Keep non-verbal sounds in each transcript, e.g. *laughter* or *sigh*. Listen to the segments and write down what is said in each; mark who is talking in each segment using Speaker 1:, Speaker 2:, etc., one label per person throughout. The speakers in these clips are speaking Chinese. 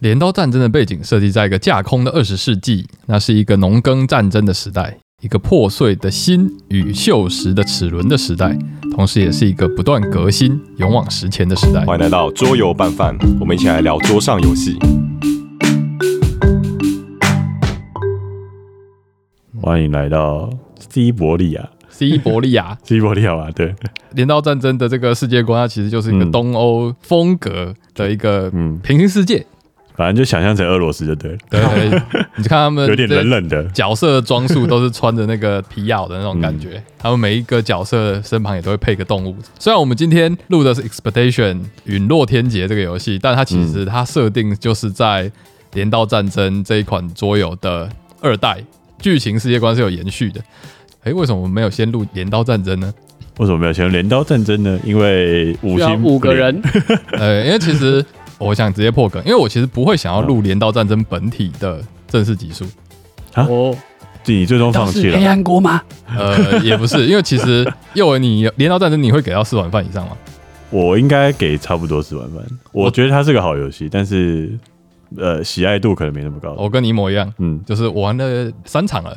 Speaker 1: 镰刀战争的背景设计在一个架空的二十世纪，那是一个农耕战争的时代，一个破碎的心与锈蚀的齿轮的时代，同时也是一个不断革新、勇往直前的时
Speaker 2: *laughs*
Speaker 1: 代。 *laughs*
Speaker 3: 欢迎来到桌游拌饭，我们一起来聊桌上游戏。
Speaker 2: 欢迎来到西伯利亚，
Speaker 1: 西伯利亚
Speaker 2: 西伯利亚嘛，对，
Speaker 1: 镰刀战争的这个世界观，它其实就是一个
Speaker 2: 嗯
Speaker 1: 东欧风格的一个
Speaker 2: 嗯，
Speaker 1: 平行世界。
Speaker 2: 反正就想象成俄罗斯就对了，
Speaker 1: 对，
Speaker 2: *laughs*
Speaker 1: 你看他们
Speaker 2: 有点
Speaker 1: 这
Speaker 2: 冷冷的，
Speaker 1: 角色的装束都是穿着那个皮袄的那种感觉，他们每一个角色身旁也都会配个动物。虽然我们今天录的是 Expedition 陨落天劫这个游戏，但它其实它设定就是在《镰刀战争》这一款桌游的二代，剧情世界观是有延续的。诶，为什么我们没有先录《镰刀战争》呢？ *laughs*
Speaker 2: 为什么没有选用镰刀战争呢？因为五
Speaker 4: 需要
Speaker 2: 星
Speaker 4: 五个，人，
Speaker 1: 呃，因为其实我想直接破梗，因为我其实不会想要录《镰刀战争》本体的正式集数，
Speaker 2: 啊
Speaker 4: 哦，
Speaker 2: 你最终放弃
Speaker 4: 是
Speaker 2: 了
Speaker 4: 黑，暗国吗？
Speaker 1: 呃，也不是，因为其实幼儿你《镰刀战争》你会给到四碗饭以上吗？
Speaker 2: 我应该给差不多四万分，我觉得它是个好游戏，但是呃，喜爱度可能没那么高，
Speaker 1: 我跟你一模一样，
Speaker 2: 嗯，
Speaker 1: 就是我玩了三场了，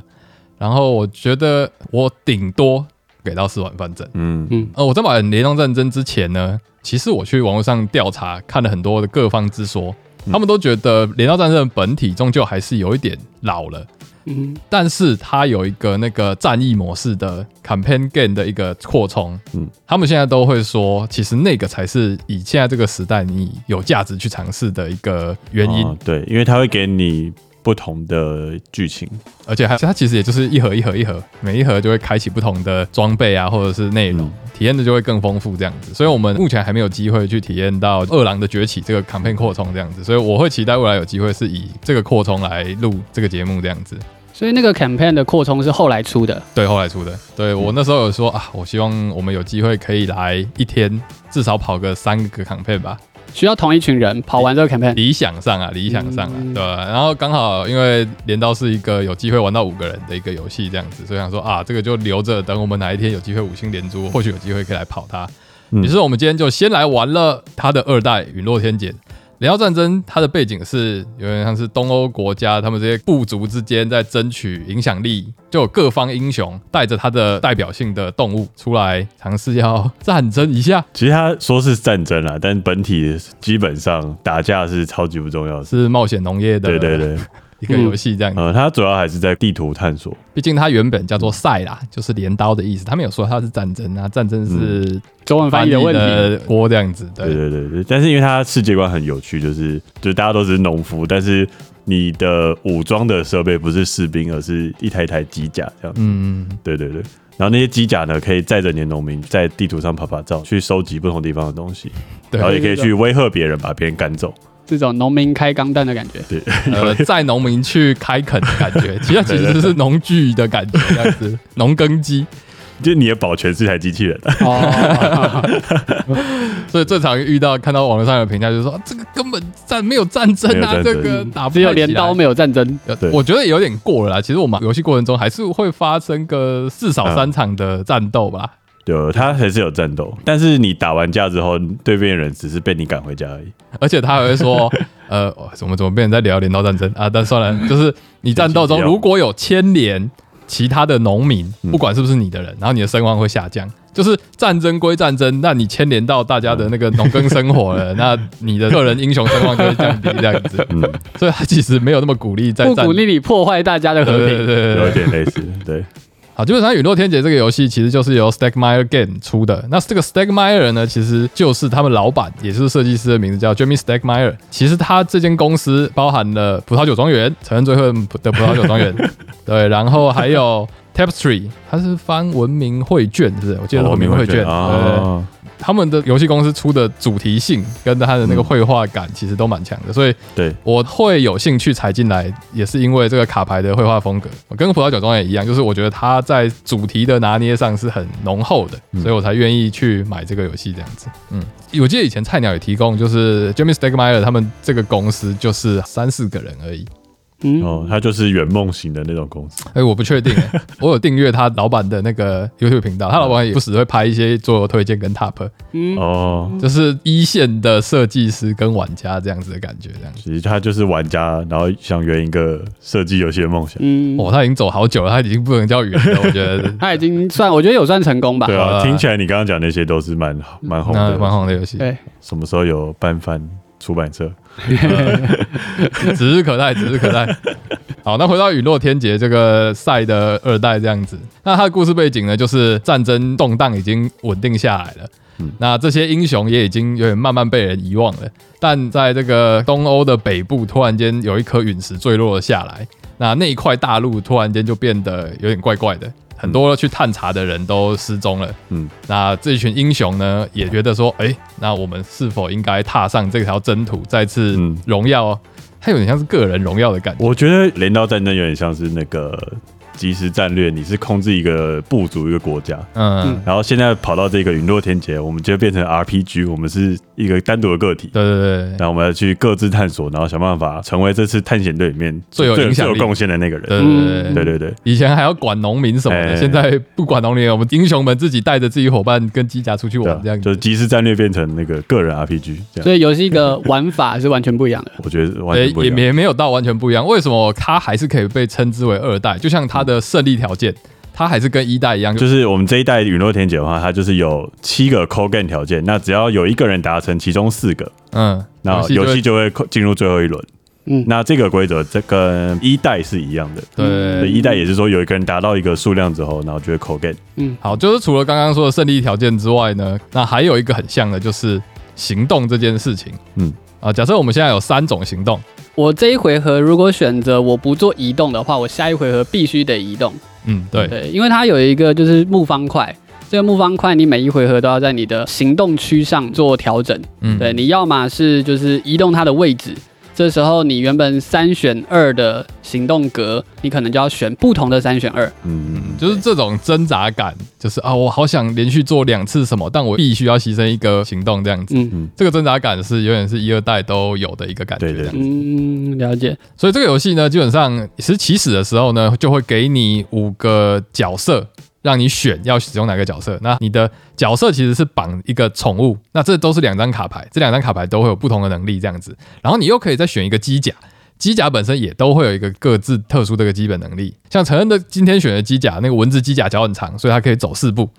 Speaker 1: 然后我觉得我顶多给到四碗饭正。
Speaker 2: 嗯
Speaker 4: 嗯
Speaker 1: 呃，我在玩《联动战争》之前呢，其实我去网络上调查，看了很多的各方之说，
Speaker 2: 嗯
Speaker 1: 他们都觉得《联动战争》的本体终究还是有一点老了，
Speaker 4: 嗯，
Speaker 1: 但是它有一个那个战役模式的 campaign game 的一个扩充，嗯
Speaker 2: 嗯，
Speaker 1: 他们现在都会说，其实那个才是以现在这个时代你有价值去尝试的一个原因，
Speaker 2: 哦对，因为它会给你不同的剧情，
Speaker 1: 而且还它其实也就是一盒一盒一盒，每一盒就会开启不同的装备啊，或者是内容，
Speaker 2: 嗯
Speaker 1: 体验的就会更丰富这样子。所以我们目前还没有机会去体验到二郎的崛起这个 campaign 扩充这样子，所以我会期待未来有机会是以这个扩充来录这个节目这样子。
Speaker 4: 所以那个 campaign 的扩充是后来出的，
Speaker 1: 对，后来出的。对我那时候有说啊，我希望我们有机会可以来一天至少跑个三个 campaign 吧，
Speaker 4: 需要同一群人跑完这个
Speaker 1: *laughs*
Speaker 4: campaign，
Speaker 1: 理想上啊，理想上啊，
Speaker 4: 嗯
Speaker 1: 对吧、然后刚好因为镰刀是一个有机会玩到五个人的一个游戏，这样子，所以想说啊，这个就留着，等我们哪一天有机会五星连珠，或许有机会可以来跑它。
Speaker 2: 嗯
Speaker 1: 于是我们今天就先来玩了它的二代陨落天劫。镰刀战争，它的背景是有点像是东欧国家，他们这些部族之间在争取影响力，就有各方英雄带着他的代表性的动物出来尝试要战争一下，
Speaker 2: 其实它说是战争啦，但本体基本上打架是超级不重要的事，
Speaker 1: 是冒险农业
Speaker 2: 对
Speaker 1: 的
Speaker 2: 对对，
Speaker 1: 一个游戏这样子。
Speaker 2: 呃，它主要还是在地图探索，
Speaker 1: 毕竟它原本叫做塞
Speaker 4: 嗯
Speaker 1: 啦，就是镰刀的意思。他们有说它是战争啊，战争是
Speaker 4: 中文嗯翻译的问题，啊
Speaker 1: 锅这样子。
Speaker 2: 对
Speaker 1: 对，
Speaker 2: 对对对，但是因为它世界观很有趣，就是就是大家都只是农夫，但是你的武装的设备不是士兵，而是一台一台机甲这样。
Speaker 1: 嗯，
Speaker 2: 对对对，然后那些机甲呢，可以载着你的农民在地图上爬爬照，去收集不同地方的东西，
Speaker 1: 对
Speaker 2: 然后也可以去威吓别人，把别人赶走。
Speaker 4: 这种农民开钢弹的感觉，
Speaker 1: 呃，载农民去开垦的感
Speaker 4: *laughs*
Speaker 1: 觉，其实其实是农具的感觉，这样子，农耕机。
Speaker 2: 就你的保全是一台机器人，啊
Speaker 4: 哦，
Speaker 1: 所以最常遇到看到网络上有评价，就是说、啊这个根本战没有战争啊，
Speaker 2: 没有战
Speaker 1: 这
Speaker 2: 争
Speaker 1: 个打不
Speaker 4: *laughs* 只有
Speaker 1: 太起
Speaker 4: 镰刀
Speaker 1: 来
Speaker 4: 没有战争，
Speaker 1: 呃
Speaker 2: 对
Speaker 1: 我觉得有点过了啦。其实我们游戏过程中还是会发生个
Speaker 4: 啊
Speaker 1: 至少三场的战斗吧。
Speaker 2: 对，它还是有战斗，但是你打完架之后，对面人只是被你赶回家而已。
Speaker 1: 而且他还会说，呃，怎么怎么变成在聊镰刀战争啊？但算了，就是你战斗中如果有牵连其他的农民，不管是不是你的人，然后你的声望会下降。就是战争归战争，那你牵连到大家的那个农耕生活了，那你的个人英雄声望就会降低这样子。
Speaker 2: 嗯，
Speaker 1: 所以他其实没有那么鼓励在
Speaker 4: 不
Speaker 1: 战
Speaker 4: 鼓。励你破坏大家的
Speaker 1: 对
Speaker 4: 和
Speaker 1: 对对
Speaker 4: 平，
Speaker 1: *laughs* 对
Speaker 2: 有
Speaker 1: 对
Speaker 2: 一点类似，对，
Speaker 1: 好，基本上《陨落天劫》这个游戏其实就是由 Stackmeyer Game 出的。那这个 Stackmeyer 呢，其实就是他们老板，也就是设计师的名字叫 Jamie Stackmeyer。其实他这间公司包含了葡萄酒庄园、成人最后的葡萄酒庄 *laughs* 园，对，然后还有 Tapestry，它是翻文明绘卷，是不是？我
Speaker 2: 哦
Speaker 1: 记得是哦文明绘卷。对对对
Speaker 2: 啊，
Speaker 1: 他们的游戏公司出的主题性跟它的那个绘画感其实都蛮强的，所以
Speaker 2: 对，
Speaker 1: 我会有兴趣踩进来，也是因为这个卡牌的绘画风格，我跟葡萄酒庄也一样，就是我觉得它在主题的拿捏上是很浓厚的，所以我才愿意去买这个游戏这样子。嗯，我记得以前菜鸟也提供，就是 Jamie Stegmeyer 他们这个公司就是三四个人而已，
Speaker 4: 嗯，
Speaker 2: 哦，它就是圆梦型的那种公司，
Speaker 1: 哎、我不确定、欸，我有订阅他老板的那个 YouTube 频道，他老板也不时会拍一些桌游推荐跟 Top，
Speaker 4: 嗯
Speaker 2: 哦，
Speaker 1: 就是一线的设计师跟玩家这样子的感觉，这样子。
Speaker 2: 其实他就是玩家，然后想圆一个设计游戏的梦想。
Speaker 4: 嗯，
Speaker 1: 哦，他已经走好久了，他已经不能叫远了，我觉得
Speaker 4: 他已经算，我觉得有算成功吧。
Speaker 2: 对啊，
Speaker 1: 呃
Speaker 2: 听起来你刚刚讲那些都是蛮蛮 *laughs* 红
Speaker 1: 嗯那
Speaker 2: 的。
Speaker 1: 蛮红的游戏，
Speaker 4: 对，
Speaker 2: 什么时候有办翻出版社？
Speaker 1: 指日可待，指日可待。好，那回到雨落天劫这个赛的二代这样子，那他的故事背景呢，就是战争动荡已经稳定下来了，那这些英雄也已经有点慢慢被人遗忘了，但在这个东欧的北部，突然间有一颗陨石坠落了下来，那那一块大陆突然间就变得有点怪怪的。很多去探查的人都失踪了，
Speaker 2: 嗯
Speaker 1: 嗯，那这群英雄呢也觉得说，哎、那我们是否应该踏上这条征途，再次
Speaker 2: 嗯
Speaker 1: 荣耀它有点像是个人荣耀的感觉。
Speaker 2: 我觉得镰刀战争有点像是那个即时战略，你是控制一个部族一个国家，
Speaker 1: 嗯，
Speaker 2: 然后现在跑到这个陨落天劫，我们就变成 RPG，我们是一个单独的个体。
Speaker 1: 对对对对
Speaker 2: 然后我们要去各自探索，然后想办法成为这次探险队里面
Speaker 1: 最有影响
Speaker 2: 最
Speaker 1: 力
Speaker 2: 有贡献的那个人。
Speaker 1: 对对对
Speaker 4: 嗯
Speaker 1: 对。
Speaker 2: 对对对，
Speaker 1: 以前还要管农民什么
Speaker 2: 哎
Speaker 1: 的，现在不管农民了，我们英雄们自己带着自己伙伴跟机甲出去
Speaker 2: 对
Speaker 1: 玩，
Speaker 2: 啊
Speaker 1: 这样
Speaker 2: 就是
Speaker 1: 子。
Speaker 2: 即时战略变成那个个人 RPG 这样。
Speaker 4: 所以游戏的玩法是完全不
Speaker 2: *laughs*
Speaker 4: 一样的。
Speaker 2: 我觉得完
Speaker 1: 哎
Speaker 2: 全不一
Speaker 1: 也
Speaker 2: 样。
Speaker 1: 也没有到完全不一样。为什么它还是可以被称之为二代？就像它的胜利条件，它还是跟一代一样，就
Speaker 2: 就是我们这一代陨落天劫的话，它就是有七个 c o g a n 条件，那只要有一个人达成其中四个，
Speaker 1: 嗯，
Speaker 2: 那
Speaker 1: 就
Speaker 2: 游
Speaker 1: 会
Speaker 2: 戏就会进入最后一轮。
Speaker 4: 嗯，
Speaker 2: 那这个规则这跟一代是一样的，
Speaker 1: 对
Speaker 2: 对，一代也是说有一个人达到一个数量之后，然后就会 c o g a n
Speaker 1: 好，就是除了刚刚说的胜利条件之外呢，那还有一个很像的，就是行动这件事情。
Speaker 2: 嗯
Speaker 1: 嗯啊，假设我们现在有三种行动，
Speaker 4: 我这一回合如果选择我不做移动的话，我下一回合必须得移动。
Speaker 1: 嗯，对，
Speaker 4: 对，因为它有一个就是木方块，这个木方块你每一回合都要在你的行动区上做调整。
Speaker 1: 嗯，
Speaker 4: 对，你要么是就是移动它的位置，这时候你原本三选二的行动格，你可能就要选不同的三选二。
Speaker 2: 嗯，
Speaker 1: 就是这种挣扎感，就是啊，我好想连续做两次什么，但我必须要牺牲一个行动这样子。
Speaker 4: 嗯
Speaker 1: 这个挣扎感是永远是一二代都有的一个感觉，
Speaker 2: 对对
Speaker 1: 这样
Speaker 4: 嗯，了解。
Speaker 1: 所以这个游戏呢，基本上是起始的时候呢，就会给你五个角色，让你选要使用哪个角色。那你的角色其实是绑一个宠物，那这都是两张卡牌，这两张卡牌都会有不同的能力这样子。然后你又可以再选一个机甲，机甲本身也都会有一个各自特殊的一个基本能力。像陈恩的今天选的机甲，那个蚊子机甲脚很长，所以它可以走四步。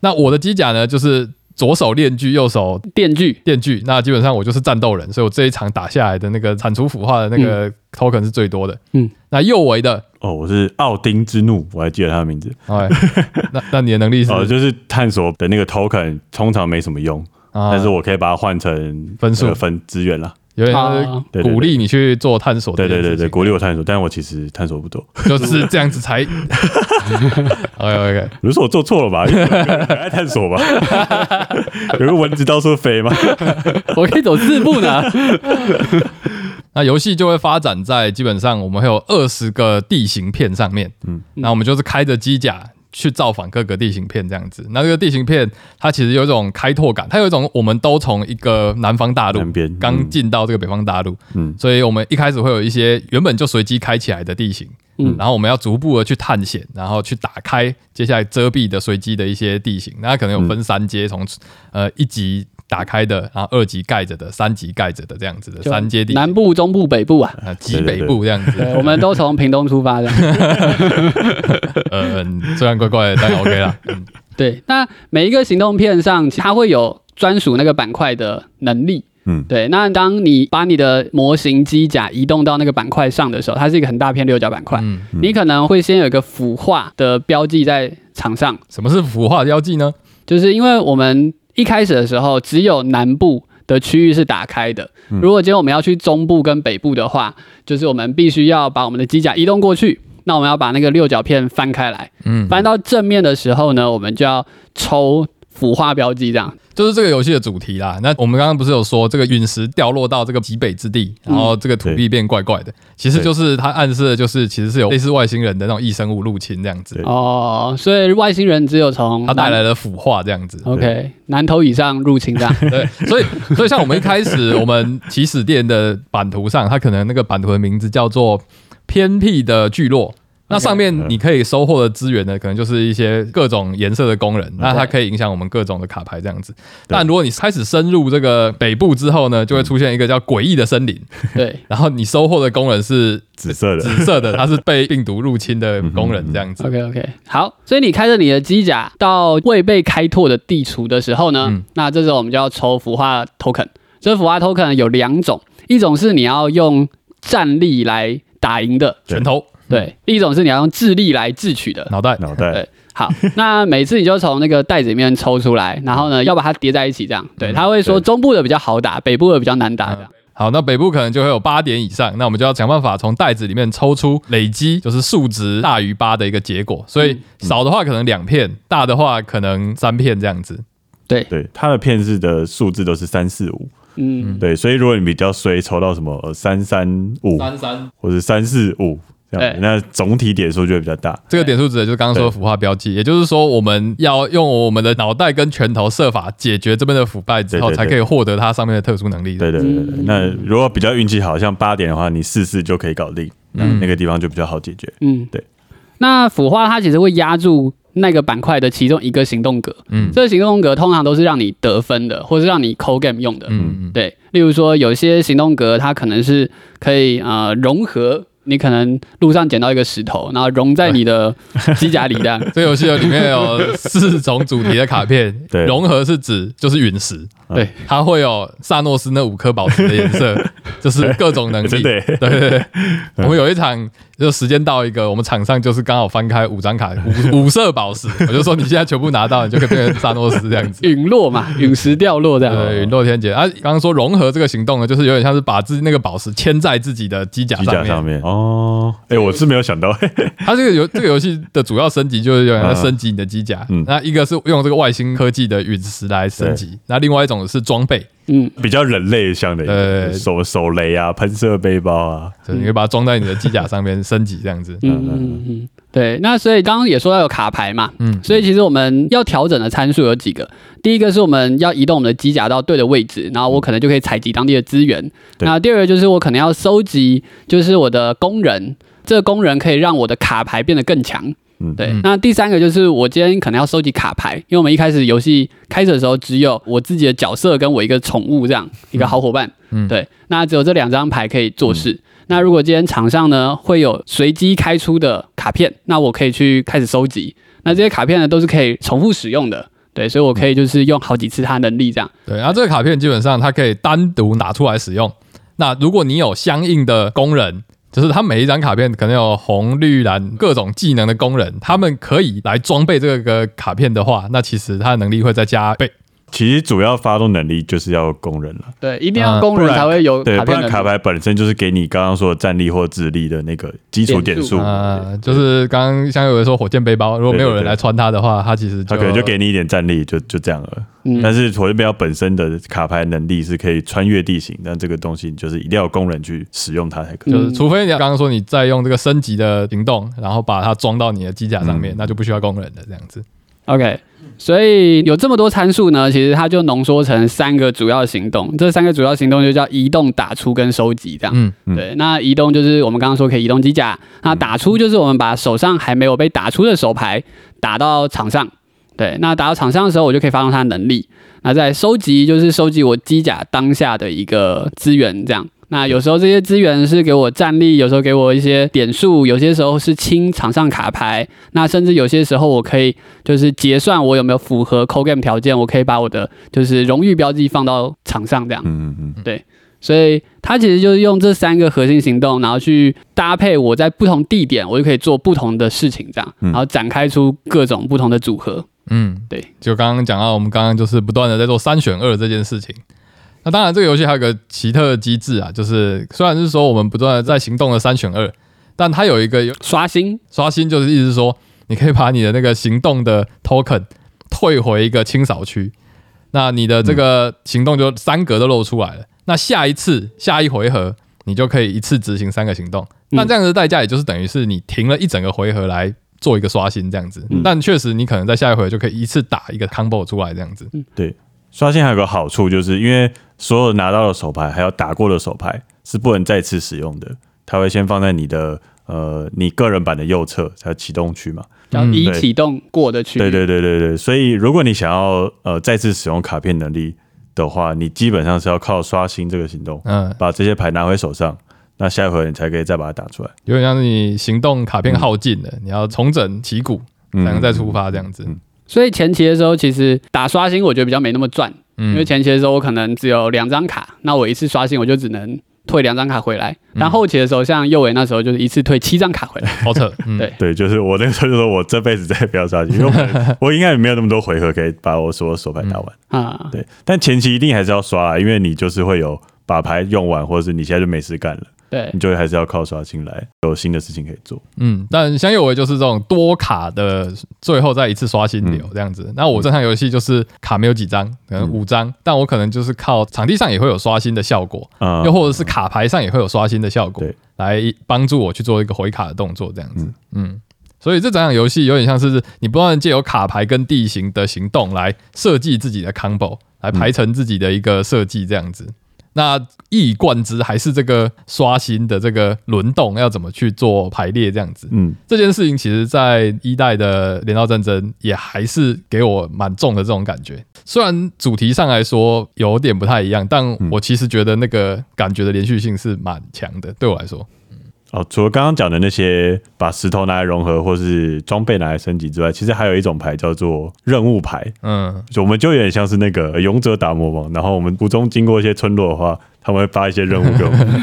Speaker 1: 那我的机甲呢，就是左手链锯，右手
Speaker 4: 电锯，
Speaker 1: 电锯，那基本上我就是战斗人，所以我这一场打下来的那个铲除腐化的那个 token 是最多的。
Speaker 4: 嗯
Speaker 1: 嗯，那右围的，
Speaker 2: 哦，我是奥丁之怒，我还记得他的名字。
Speaker 1: 哎，那那你的能力是
Speaker 2: 哦，就是探索的那个 token 通常没什么用，
Speaker 1: 啊
Speaker 2: 但是我可以把它换成
Speaker 1: 分数
Speaker 2: 呃分资源啦。
Speaker 1: 有点像是鼓励你去做探索这
Speaker 2: 对
Speaker 1: 件
Speaker 2: 对
Speaker 1: 事
Speaker 2: 对
Speaker 1: 情，
Speaker 2: 对，鼓励我探索，但我其实探索不多。
Speaker 1: 就是这样子
Speaker 2: *laughs*
Speaker 1: 才。OK OK，
Speaker 2: 比如说我做错了吧，因为我很爱探索吧，有个蚊子到处飞嘛。
Speaker 4: 我可以走四步呢。
Speaker 1: *laughs* 那游戏就会发展在基本上我们会有二十个地形片上面，嗯，那我们就是开着机甲。去造访各个地形片这样子，那这个地形片它其实有一种开拓感，它有一种我们都从一个南方大陆
Speaker 2: 南边
Speaker 1: 刚
Speaker 2: 嗯
Speaker 1: 进到这个北方大陆，
Speaker 2: 嗯
Speaker 1: 所以我们一开始会有一些原本就随机开起来的地形，
Speaker 4: 嗯
Speaker 1: 嗯，然后我们要逐步的去探险，然后去打开接下来遮蔽的随机的一些地形，那它可能有分三阶，从、呃一级打开的，然后二级盖着的，三级盖着的这样子的
Speaker 4: 就
Speaker 1: 三阶地形。
Speaker 4: 南部、中部、北部啊，
Speaker 1: 啊，极北部这样子，
Speaker 4: 对，我们都从屏东出发的。
Speaker 1: 呃嗯，虽然怪怪的，但 OK 啦。嗯
Speaker 4: 对，那每一个行动片上，它会有专属那个板块的能力。
Speaker 2: 嗯
Speaker 4: 对。那当你把你的模型机甲移动到那个板块上的时候，它是一个很大片六角板块，
Speaker 1: 嗯，
Speaker 4: 你可能会先有一个腐化的标记在场上，
Speaker 1: 什么是腐化标记呢？
Speaker 4: 就是因为我们一开始的时候只有南部的区域是打开的，如果今天我们要去中部跟北部的话，就是我们必须要把我们的机甲移动过去。那我们要把那个六角片翻开来，
Speaker 1: 嗯，
Speaker 4: 翻到正面的时候呢，我们就要抽腐化标记，这样
Speaker 1: 就是这个游戏的主题啦。那我们刚刚不是有说这个陨石掉落到这个极北之地，然
Speaker 4: 嗯
Speaker 1: 后这个土地变怪怪的，其实就是它暗示的就是其实是有类似外星人的那种异生物入侵这样子
Speaker 2: 对，
Speaker 4: 哦。所以外星人只有从
Speaker 1: 它带
Speaker 4: 南
Speaker 1: 来了腐化这样
Speaker 4: 哦
Speaker 1: 子。
Speaker 4: OK 南头以上入侵
Speaker 1: *laughs*
Speaker 4: 这样，
Speaker 1: 对，所以所以像我们一开始我们起始店的版图上，它可能那个版图的名字叫做。偏僻的聚落。那上面
Speaker 2: 嗯
Speaker 1: 你可以收获的资源呢，可能就是一些各种颜色的工人，那它可以影响我们各种的卡牌这样子。但如果你开始深入这个北部之后呢，就会出现一个叫诡异的森林，
Speaker 4: 对，
Speaker 1: 然后你收获的工人是
Speaker 2: 紫色的，
Speaker 1: 紫色的，它是被病毒入侵的工人这样子。
Speaker 4: OK OK，好，所以你开着你的机甲到未被开拓的地图的时候呢，
Speaker 1: 嗯
Speaker 4: 那这时候我们就要抽腐化 token。这腐化 token 有两种，一种是你要用战力来打赢的，
Speaker 1: 拳头、
Speaker 4: 对；一种是你要用智力来智取的。
Speaker 1: 脑袋，
Speaker 2: 脑袋
Speaker 4: 对好， *laughs* 那每次你就从那个袋子里面抽出来，然后呢，要把它叠在一起，这样。对，他会说
Speaker 2: 对
Speaker 4: 中部的比较好打，北部的比较难打。这样
Speaker 1: 好，那北部可能就会有八点以上，那我们就要想办法从袋子里面抽出累积，就是数值大于八的一个结果。所
Speaker 2: 嗯
Speaker 1: 以少的话可能两片，大的话可能三片这样子。
Speaker 4: 对，
Speaker 2: 对，它的片式的数字都是三四五，
Speaker 4: 嗯，
Speaker 2: 对，所以如果你比较衰，抽到什么呃三三五
Speaker 1: 三，
Speaker 2: 或者三四五这样
Speaker 4: 对
Speaker 2: 子，那总体点数就会比较大。
Speaker 1: 这个点数指的就是刚刚说的腐化标记，也就是说我们要用我们的脑袋跟拳头设法解决这边的腐败之后，
Speaker 2: 对对对
Speaker 1: 才可以获得它上面的特殊能力。
Speaker 2: 对对对对，那
Speaker 4: 嗯
Speaker 2: 如果比较运气好，像八点的话，你四四就可以搞定，那那个地方就比较好解决。
Speaker 4: 嗯，
Speaker 2: 对。
Speaker 4: 那腐化它其实会压住那个板块的其中一个行动格，
Speaker 1: 嗯
Speaker 4: 嗯，这个行动格通常都是让你得分的，或是让你扣 game 用的，
Speaker 1: 嗯，嗯
Speaker 4: 对。例如说，有些行动格它可能是可以呃融合，你可能路上捡到一个石头，然后融在你的机甲里这样。
Speaker 1: 这个游戏有里面有四种主题的卡片，
Speaker 2: *laughs* 对
Speaker 1: 融合是指就是陨石，
Speaker 4: 对，
Speaker 1: 它会有萨诺斯那五颗宝石的颜
Speaker 2: *laughs*
Speaker 1: 色，就是各种能力。
Speaker 2: 真的耶嗯
Speaker 1: 对对对，我们有一场就时间到一个，我们场上就是刚好翻开五张卡，
Speaker 2: *laughs*
Speaker 1: 五五色宝石，我就说你现在全部拿到，你就可以变成萨诺斯这样
Speaker 2: *laughs*
Speaker 1: 子。
Speaker 4: 陨落嘛，陨石掉落
Speaker 2: 哦
Speaker 4: 这样。
Speaker 1: 对，陨落天劫啊！刚刚说融合这个行动呢，就是有点像是把自己那个宝石牵在自己的机甲
Speaker 2: 机
Speaker 1: 上
Speaker 2: 甲
Speaker 1: 面。
Speaker 2: 上面哦，哎、
Speaker 4: 嗯
Speaker 2: 我是没有想到， *laughs* 嘿嘿
Speaker 1: 它这个游这个游戏的主要升级就是有点在升级你的机甲，
Speaker 2: 嗯
Speaker 1: 那一个是用这个外星科技的陨石来升级，那另外一种是装备，
Speaker 4: 嗯，
Speaker 2: 比较人类像的一
Speaker 1: 对对
Speaker 2: 个
Speaker 1: 对
Speaker 2: 手手雷啊、喷射背包啊，
Speaker 1: 就是你会把它装在你的机甲上面升级这样子。
Speaker 4: 嗯嗯嗯，对。那所以刚刚也说到有卡牌嘛，
Speaker 1: 嗯
Speaker 4: 嗯，所以其实我们要调整的参数有几个。第一个是我们要移动我们的机甲到对的位置，然后我可能就可以采集当地的资源。
Speaker 2: 对
Speaker 4: 那第二个就是我可能要收集，就是我的工人，这个工人可以让我的卡牌变得更强。
Speaker 2: 嗯
Speaker 4: 对
Speaker 1: 嗯。
Speaker 4: 那第三个就是我今天可能要收集卡牌，因为我们一开始游戏开始的时候只有我自己的角色跟我一个宠物这样一个好伙伴，
Speaker 1: 嗯
Speaker 4: 对。那只有这两张牌可以做事。那如果今天场上呢会有随机开出的卡片，那我可以去开始收集。那这些卡片呢都是可以重复使用的，对，所以我可以就是用好几次它的能力这样。
Speaker 1: 对，然后这个卡片基本上它可以单独拿出来使用。那如果你有相应的工人，就是它每一张卡片可能有红、绿、蓝各种技能的工人，他们可以来装备这个卡片的话，那其实它的能力会再加倍。
Speaker 2: 其实主要发动能力就是要工人了，
Speaker 4: 对，一定要工人才会有
Speaker 2: 对，
Speaker 4: 卡
Speaker 2: 啊不
Speaker 4: 片
Speaker 2: 然
Speaker 4: 的
Speaker 2: 卡牌本身就是给你刚刚说的战力或智力的那个基础点数
Speaker 4: 点，
Speaker 1: 呃，就是刚刚像有人说火箭背包，如果没有人来穿它的话，它其实
Speaker 2: 他可能就给你一点战力，就就这样了。
Speaker 4: 啊嗯
Speaker 2: 但是火焰标本身的卡牌能力是可以穿越地形，但这个东西你就是一定要有工人去使用它才可以。
Speaker 4: 嗯
Speaker 1: 就是，除非你刚刚说你再用这个升级的行动，然后把它装到你的机甲上
Speaker 2: 嗯
Speaker 1: 面，那就不需要工人了，这样子。
Speaker 4: OK，所以有这么多参数呢，其实它就浓缩成三个主要行动。这三个主要行动就叫移动、打出跟收集这样。
Speaker 1: 嗯
Speaker 2: 嗯
Speaker 4: 对。那移动就是我们刚刚说可以移动机甲，那打出就是我们把手上还没有被打出的手牌打到场上。对，那打到场上的时候，我就可以发动它的能力。那在收集就是收集我机甲当下的一个资源这样。那有时候这些资源是给我战力，有时候给我一些点数，有些时候是清场上卡牌，那甚至有些时候我可以就是结算我有没有符合 c o game 条件，我可以把我的就是荣誉标记放到场上这样。
Speaker 2: 嗯嗯嗯，
Speaker 4: 所以它其实就是用这三个核心行动，然后去搭配我在不同地点，我就可以做不同的事情这样，
Speaker 2: 嗯
Speaker 4: 然后展开出各种不同的组合。
Speaker 1: 嗯，
Speaker 4: 对。
Speaker 1: 就刚刚讲到，我们刚刚就是不断的在做三选二这件事情。那当然，这个游戏还有个奇特的机制啊，就是虽然是说我们不断的在行动的三选二，但它有一个
Speaker 4: 刷新，
Speaker 1: 刷新，就是意思是说，你可以把你的那个行动的 token 退回一个清扫区，那你的这个行动就三格都露出来了。那下一次下一回合，你就可以一次执行三个行动。
Speaker 4: 嗯
Speaker 1: 那这样的代价也就是等于是你停了一整个回合来做一个刷新这样子。
Speaker 4: 嗯
Speaker 1: 但确实，你可能在下一回合就可以一次打一个 combo 出来这样子。
Speaker 4: 嗯
Speaker 2: 对。刷新还有个好处，就是因为所有拿到的手牌还有打过的手牌是不能再次使用的，它会先放在你的呃你个人版的右侧叫启动区嘛。
Speaker 4: 叫已
Speaker 2: 嗯对
Speaker 4: 启动过的区域。
Speaker 2: 对对对对对，所以如果你想要呃再次使用卡片能力的话，你基本上是要靠刷新这个行动，
Speaker 1: 嗯，
Speaker 2: 把这些牌拿回手上，那下一回你才可以再把它打出来。
Speaker 1: 有点像是你行动卡
Speaker 4: 嗯
Speaker 1: 片耗尽了，你要重整旗鼓才能再出发这样子。
Speaker 2: 嗯
Speaker 4: 所以前期的时候，其实打刷新我觉得比较没那么赚，
Speaker 1: 嗯
Speaker 2: 嗯
Speaker 4: 因为前期的时候我可能只有两张卡，那我一次刷新我就只能退两张卡回来。
Speaker 2: 嗯
Speaker 4: 但后期的时候，像右伟那时候就是一次退七张卡回
Speaker 2: *laughs*
Speaker 4: 来，
Speaker 1: 好
Speaker 4: *laughs*
Speaker 1: 扯，嗯，
Speaker 4: 对
Speaker 2: 对，就是我那个时候就说我这辈子再也不要刷新，因为我 *laughs* 我应该也没有那么多回合可以把我所有手牌打完。
Speaker 4: 啊、
Speaker 2: 对，但前期一定还是要刷啦，因为你就是会有把牌用完，或者是你现在就没事干了，
Speaker 4: 对
Speaker 2: 你，就还是要靠刷新来有新的事情可以做。
Speaker 1: 嗯，但相有为就是这种多卡的，最后再一次刷新流这样子。那我这场游戏就是卡没有几张，可能五张，但我可能就是靠场地上也会有刷新的效果，
Speaker 2: 啊、
Speaker 1: 又或者是卡牌上也会有刷新的效果
Speaker 2: 对，
Speaker 1: 来帮助我去做一个回卡的动作这样子。嗯。所以这整场游戏有点像是你不断地借由卡牌跟地形的行动来设计自己的 combo，来排成自己的一个设计这样子。那一以贯之还是这个刷新的这个轮动要怎么去做排列这样子。
Speaker 2: 嗯，
Speaker 1: 这件事情其实，在一代的镰刀战争也还是给我蛮重的这种感觉。虽然主题上来说有点不太一样，但我其实觉得那个感觉的连续性是蛮强的，对我来说。
Speaker 2: 哦，除了刚刚讲的那些把石头拿来融合或是装备拿来升级之外，其实还有一种牌叫做任务牌，
Speaker 1: 嗯，
Speaker 2: 就我们就有点像是那个呃勇者打魔王，然后我们途中经过一些村落的话，他们会发一些任务给我们，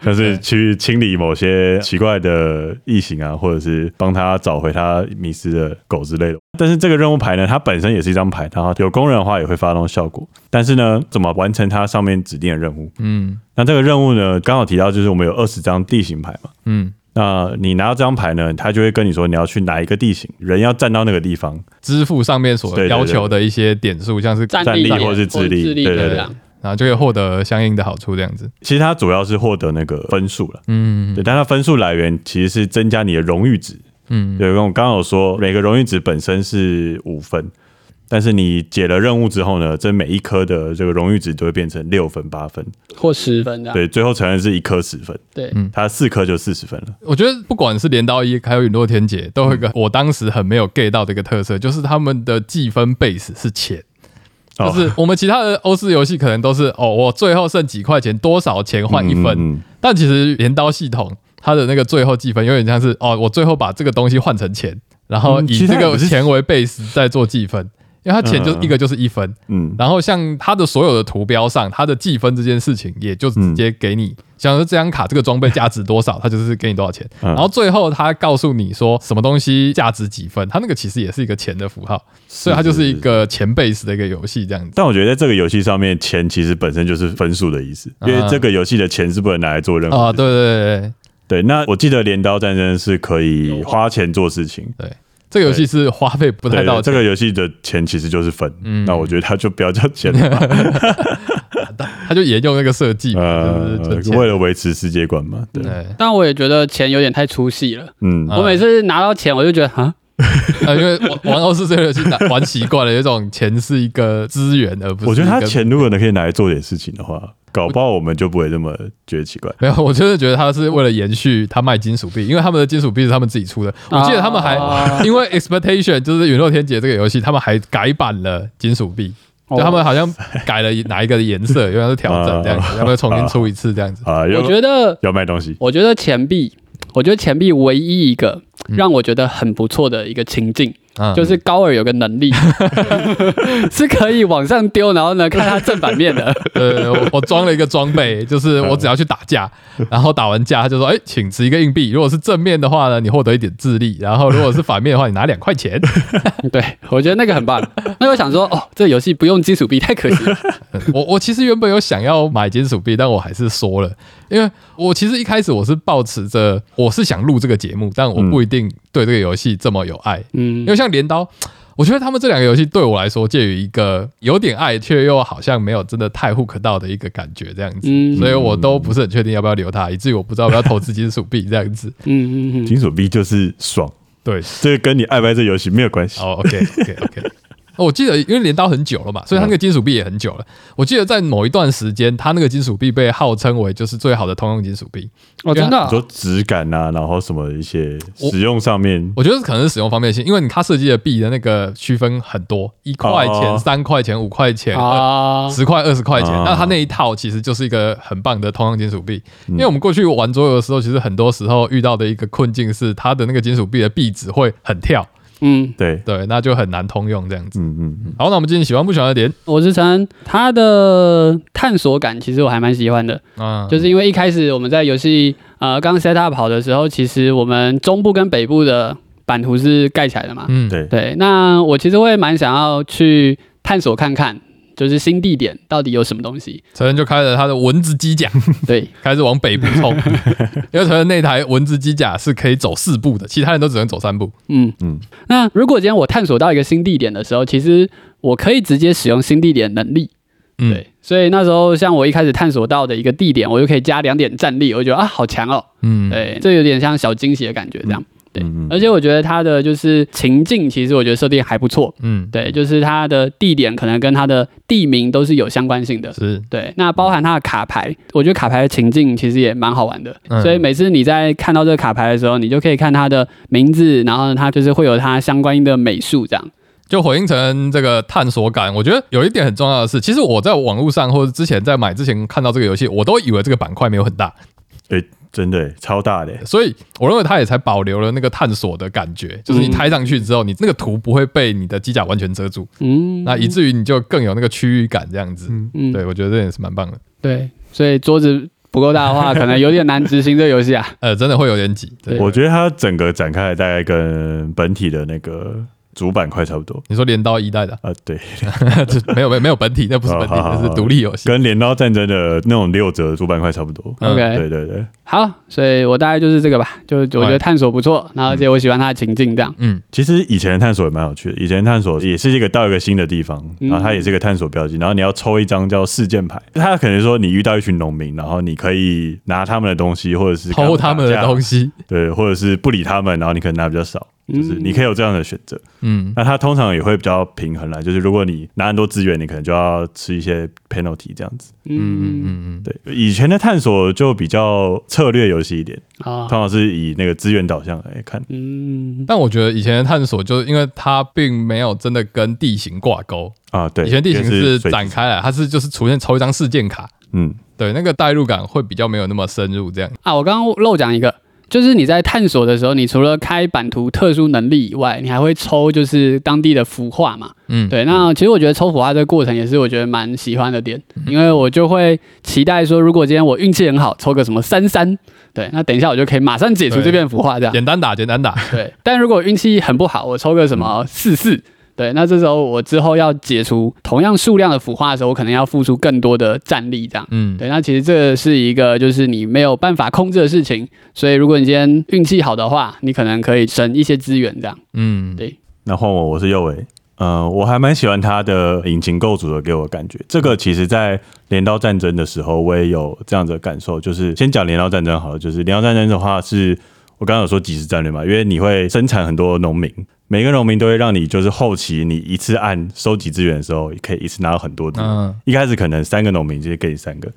Speaker 2: 像是去清理某些奇怪的异形啊，或者是帮他找回他迷失的狗之类的。但是这个任务牌呢，它本身也是一张牌，然后有工人的话也会发动效果，但是呢，怎么完成它上面指定的任务？
Speaker 1: 嗯
Speaker 2: 那这个任务呢，刚好提到就是我们有二十张地形牌嘛。
Speaker 1: 嗯，
Speaker 2: 那你拿到这张牌呢，它就会跟你说你要去哪一个地形，人要站到那个地方，
Speaker 1: 支付上面所
Speaker 2: 对对对
Speaker 1: 要求的一些点数，像是
Speaker 4: 战
Speaker 2: 战
Speaker 4: 力
Speaker 2: 力
Speaker 4: 点
Speaker 2: 或是智力
Speaker 4: 智力
Speaker 2: 对对
Speaker 4: 这
Speaker 2: 对
Speaker 4: 样。
Speaker 1: 然后就可以获得相应的好处，这样子。
Speaker 2: 其实它主要是获得那个分数了，
Speaker 1: 嗯
Speaker 2: 对，但它分数来源其实是增加你的荣誉值。
Speaker 1: 嗯
Speaker 2: 对，我刚刚有说每个荣誉值本身是五分，但是你解了任务之后呢，这每一颗的这个荣誉值就会变成六分、八分，
Speaker 4: 或十分这样。
Speaker 2: 对，最后承认是一颗十分，
Speaker 4: 对
Speaker 1: 啊嗯
Speaker 2: 它四颗就四十分了。
Speaker 1: 我觉得不管是镰刀一还有陨落天劫，都有一个我当时很没有 get 到的一个特色，就是他们的计分 base 是钱。
Speaker 2: 哦
Speaker 1: 就是我们其他的欧式游戏可能都是哦，我最后剩几块钱，多少钱换一分。
Speaker 2: 嗯嗯
Speaker 1: 但其实镰刀系统它的那个最后计分有点像是哦，我最后把这个东西换成钱，然后
Speaker 2: 嗯其
Speaker 1: 以
Speaker 2: 实
Speaker 1: 这
Speaker 2: 它也
Speaker 1: 个
Speaker 2: 不是
Speaker 1: 钱为 base 再做计分，因为它钱就
Speaker 2: 嗯嗯
Speaker 1: 一个就是一分。
Speaker 2: 嗯，
Speaker 1: 然后像它的所有的图标上，它的计分这件事情，也就直接给
Speaker 2: 嗯
Speaker 1: 你，像是这张卡这个装备价值多少，它就是给你多少钱。
Speaker 2: 嗯
Speaker 1: 然后最后它告诉你说什么东西价值几分，它那个其实也是一个钱的符号，所以它就是一个钱 base 的一个游戏这样子。
Speaker 2: 但我觉得在这个游戏上面，钱其实本身就是分数的意思，因为
Speaker 1: 啊
Speaker 2: 这个游戏的钱是不能拿来做任何
Speaker 1: 啊，
Speaker 2: 事
Speaker 1: 对对对对，
Speaker 2: 对，那我记得镰刀战争是可以花钱做事情。
Speaker 1: 这个游戏是花费不太
Speaker 2: 对
Speaker 1: 到
Speaker 2: 对，这
Speaker 1: 钱
Speaker 2: 个游戏的钱其实就是分，
Speaker 1: 嗯
Speaker 2: 那我觉得它就不要叫钱
Speaker 1: *laughs*
Speaker 2: 了吧，
Speaker 1: 他就沿用那个设计嘛，
Speaker 2: 呃
Speaker 1: 就是，存
Speaker 2: 为
Speaker 1: 钱。
Speaker 2: 了维持世界观嘛，对，
Speaker 1: 对，
Speaker 4: 但我也觉得钱有点太出戏了。
Speaker 2: 嗯，
Speaker 1: 啊
Speaker 4: 我每次拿到钱，我就觉得啊，
Speaker 1: 呃，因为玩玩欧式这个游戏打玩习惯了，有一种钱是一个资源，而不是嗯
Speaker 2: 我觉得
Speaker 1: 一
Speaker 2: 他
Speaker 1: 个
Speaker 2: 钱如果能可以拿来做点事情的话，搞不好我们就不会这么觉得奇怪。
Speaker 1: 没有，我就是觉得他是为了延续他卖金属币，因为他们的金属币是他们自己出的。我记得他们还、
Speaker 4: 啊
Speaker 1: 因为 Expectation 就是《陨落天劫》这个游戏，他们还改版了金属币，就他们好像改了哪一个的颜
Speaker 2: *laughs*
Speaker 1: 色，原来是调整这样子，
Speaker 2: 哦啊
Speaker 1: 要不要重新出一次这样子？
Speaker 2: 啊，
Speaker 4: 我
Speaker 2: 要
Speaker 4: 觉得，
Speaker 2: 要卖东西，
Speaker 4: 我觉得钱币，我觉得钱币唯一一个让我觉得很不错的一个情境，
Speaker 1: 嗯，
Speaker 4: 就是高尔有个能力是可以往上丢，然后呢看它正反面的。
Speaker 1: 呃，我我装了一个装备，就是我只要去打架，然后打完架他就说，哎、请持一个硬币，如果是正面的话呢，你获得一点智力，然后如果是反面的话，你拿两块钱。 *laughs*
Speaker 4: 对，我觉得那个很棒。那我想说，哦，这个游戏不用金属币太可惜了。
Speaker 1: 我我其实原本有想要买金属币，但我还是说了，因为我其实一开始我是抱持着我是想录这个节目，但我不一定对这个游戏这么有爱，因
Speaker 4: 嗯，
Speaker 1: 为像镰刀。我觉得他们这两个游戏对我来说介于一个有点爱，却又好像没有真的太 hook 到的一个感觉这样子，
Speaker 4: 嗯
Speaker 1: 所以我都不是很确定要不要留它，以至于我不知道要不要投资金属币这样子。
Speaker 4: 嗯嗯嗯，
Speaker 2: 金属币就是爽，
Speaker 1: 对，
Speaker 2: 这个跟你爱不爱这游戏没有关系。
Speaker 1: 啊哦，OK，OK，OK、o k OK OK，我记得因为镰刀很久了嘛，所以它那个金属币也很久了。我记得在某一段时间，它那个金属币被号称为就是最好的通用金属币。
Speaker 4: 哦，真的
Speaker 2: 你
Speaker 4: 哦、
Speaker 2: 说质感啊，然后什么一些
Speaker 1: 我
Speaker 2: 使用上面，
Speaker 1: 我觉得可能是使用方便性，因为你它设计的币的那个区分很多，一块钱、
Speaker 2: 哦
Speaker 1: 三块钱、五块钱、呃
Speaker 4: 啊，
Speaker 1: 十块、二十块钱。
Speaker 2: 啊
Speaker 1: 那它那一套其实就是一个很棒的通用金属币，
Speaker 2: 嗯
Speaker 1: 因为我们过去玩桌游的时候，其实很多时候遇到的一个困境是，它的那个金属币的币值会很跳，
Speaker 4: 嗯，
Speaker 2: 对，
Speaker 1: 对，那就很难通用这样子。
Speaker 2: 嗯嗯嗯，
Speaker 1: 好，那我们今天喜欢不喜欢的点，
Speaker 4: 我是承认它的探索感，其实我还蛮喜欢的，
Speaker 1: 嗯，
Speaker 4: 就是因为一开始我们在游戏呃刚 set up 好的时候，其实我们中部跟北部的版图是盖起来的嘛，
Speaker 1: 嗯，
Speaker 2: 对，
Speaker 4: 对，那我其实会蛮想要去探索看看，就是新地点到底有什么东
Speaker 1: *laughs*
Speaker 4: 西。
Speaker 1: 陈恩就开了他的蚊子机甲，
Speaker 4: 对，
Speaker 1: 开始往北部冲，
Speaker 2: *laughs*
Speaker 1: 因为陈恩那台蚊子机甲是可以走四步的，其他人都只能走三步。
Speaker 4: 嗯
Speaker 2: 嗯
Speaker 4: 嗯。那如果今天我探索到一个新地点的时候，其实我可以直接使用新地点能力。
Speaker 1: 嗯
Speaker 4: 对，所以那时候像我一开始探索到的一个地点，我就可以加两点战力，我就觉得啊好强哦。
Speaker 1: 嗯，
Speaker 4: 对，这有点像小惊喜的感觉这样。对
Speaker 2: 嗯嗯
Speaker 4: 而且我觉得它的就是情境，其实我觉得设定还不错。
Speaker 1: 嗯，
Speaker 4: 对，就是它的地点可能跟它的地名都是有相关性的。
Speaker 1: 是，
Speaker 4: 对，那包含它的卡牌，我觉得卡牌的情境其实也蛮好玩的，
Speaker 1: 嗯
Speaker 4: 所以每次你在看到这个卡牌的时候，你就可以看它的名字，然后呢它就是会有它相关的美术这样。
Speaker 1: 就火星城这个探索感，我觉得有一点很重要的是，其实我在网络上或者之前在买之前看到这个游戏，我都以为这个板块没有很大，
Speaker 2: 哎、真的、超大的、
Speaker 1: 所以我认为它也才保留了那个探索的感觉，就是你
Speaker 4: 嗯
Speaker 1: 抬上去之后，你那个图不会被你的机甲完全遮住，
Speaker 4: 嗯，
Speaker 1: 那以至于你就更有那个区域感这样子。
Speaker 4: 嗯
Speaker 1: 对，我觉得这也是蛮棒的。
Speaker 4: 对，所以桌子不够大的话，可能有点难执行这个游戏啊。
Speaker 1: 呃，真的会有点挤。对
Speaker 4: 对
Speaker 2: 我觉得它整个展开来大概跟本体的那个主板块差不多。
Speaker 1: 你说镰刀一代的
Speaker 2: 啊，对，
Speaker 1: 这 *laughs* 没有没有没有本体，那不是本体，
Speaker 2: 哦好好
Speaker 1: 那
Speaker 2: 好
Speaker 1: 是独立游戏。
Speaker 2: 跟镰刀战争的那种六折主板块差不
Speaker 1: *laughs*
Speaker 2: 多。
Speaker 1: 嗯
Speaker 4: OK，
Speaker 2: 对对对，
Speaker 4: 好，所以我大概就是这个吧，就我觉得探索不错，然后而且我喜欢它的情境这样。
Speaker 1: 嗯，
Speaker 2: 其实以前的探索也蛮有趣的，以前探索也是一个到一个新的地方，
Speaker 4: 嗯
Speaker 2: 然后它也是一个探索标记，然后你要抽一张叫事件牌，它可能说你遇到一群农民，然后你可以拿他们的东西，或者是
Speaker 1: 偷他们的东
Speaker 2: 西，
Speaker 1: 西。
Speaker 2: 对，或者是不理他们，然后你可能拿比较少，就是
Speaker 4: 嗯
Speaker 2: 你可以有这样的选择。
Speaker 1: 嗯
Speaker 2: 那它通常也会比较平衡啦，就是如果你拿很多资源，你可能就要吃一些 penalty 这样子。
Speaker 1: 嗯嗯
Speaker 4: 嗯，
Speaker 1: 嗯
Speaker 2: 对，以前的探索就比较策略游戏一点，
Speaker 4: 好
Speaker 1: 啊
Speaker 2: 通，常是以那个资源导向来看。
Speaker 4: 嗯，
Speaker 1: 但我觉得以前的探索，就是因为它并没有真的跟地形挂钩。
Speaker 2: 啊，对，
Speaker 1: 以前地形
Speaker 2: 也
Speaker 1: 是
Speaker 2: 水
Speaker 1: 展开来，它是就是出现抽一张事件卡，
Speaker 2: 嗯，
Speaker 1: 对，那个代入感会比较没有那么深入。这样，
Speaker 4: 啊，我刚刚漏讲一个，就是你在探索的时候，你除了开版图特殊能力以外，你还会抽就是当地的服化嘛。
Speaker 1: 嗯，
Speaker 4: 对，那其实我觉得抽服化这个过程也是我觉得蛮喜欢的点，因为我就会期待说，如果今天我运气很好，抽个什么三三，对，那等一下我就可以马上解除这片服化这
Speaker 1: 啊
Speaker 4: 样。
Speaker 1: 简单打，简单打，
Speaker 4: 对，但如果运气很不好，我抽个什么四四。对，那这时候我之后要解除同样数量的腐化的时候，我可能要付出更多的战力，这样。
Speaker 1: 嗯，
Speaker 4: 对，那其实这是一个就是你没有办法控制的事情，所以如果你今天运气好的话，你可能可以省一些资源这样。
Speaker 1: 嗯，
Speaker 2: 那换我，我是右伟。呃，我还蛮喜欢它的引擎构筑的，给我的感觉。这个其实，在镰刀战争的时候，我也有这样子的感受。就是先讲镰刀战争好了，就是镰刀战争的话是，我刚刚有说即时战略嘛，因为你会生产很多农民，每个农民都会让你就是后期你一次按收集资源的时候，可以一次拿到很多资源。
Speaker 1: 嗯
Speaker 2: 一开始可能三个农民直接给你三个，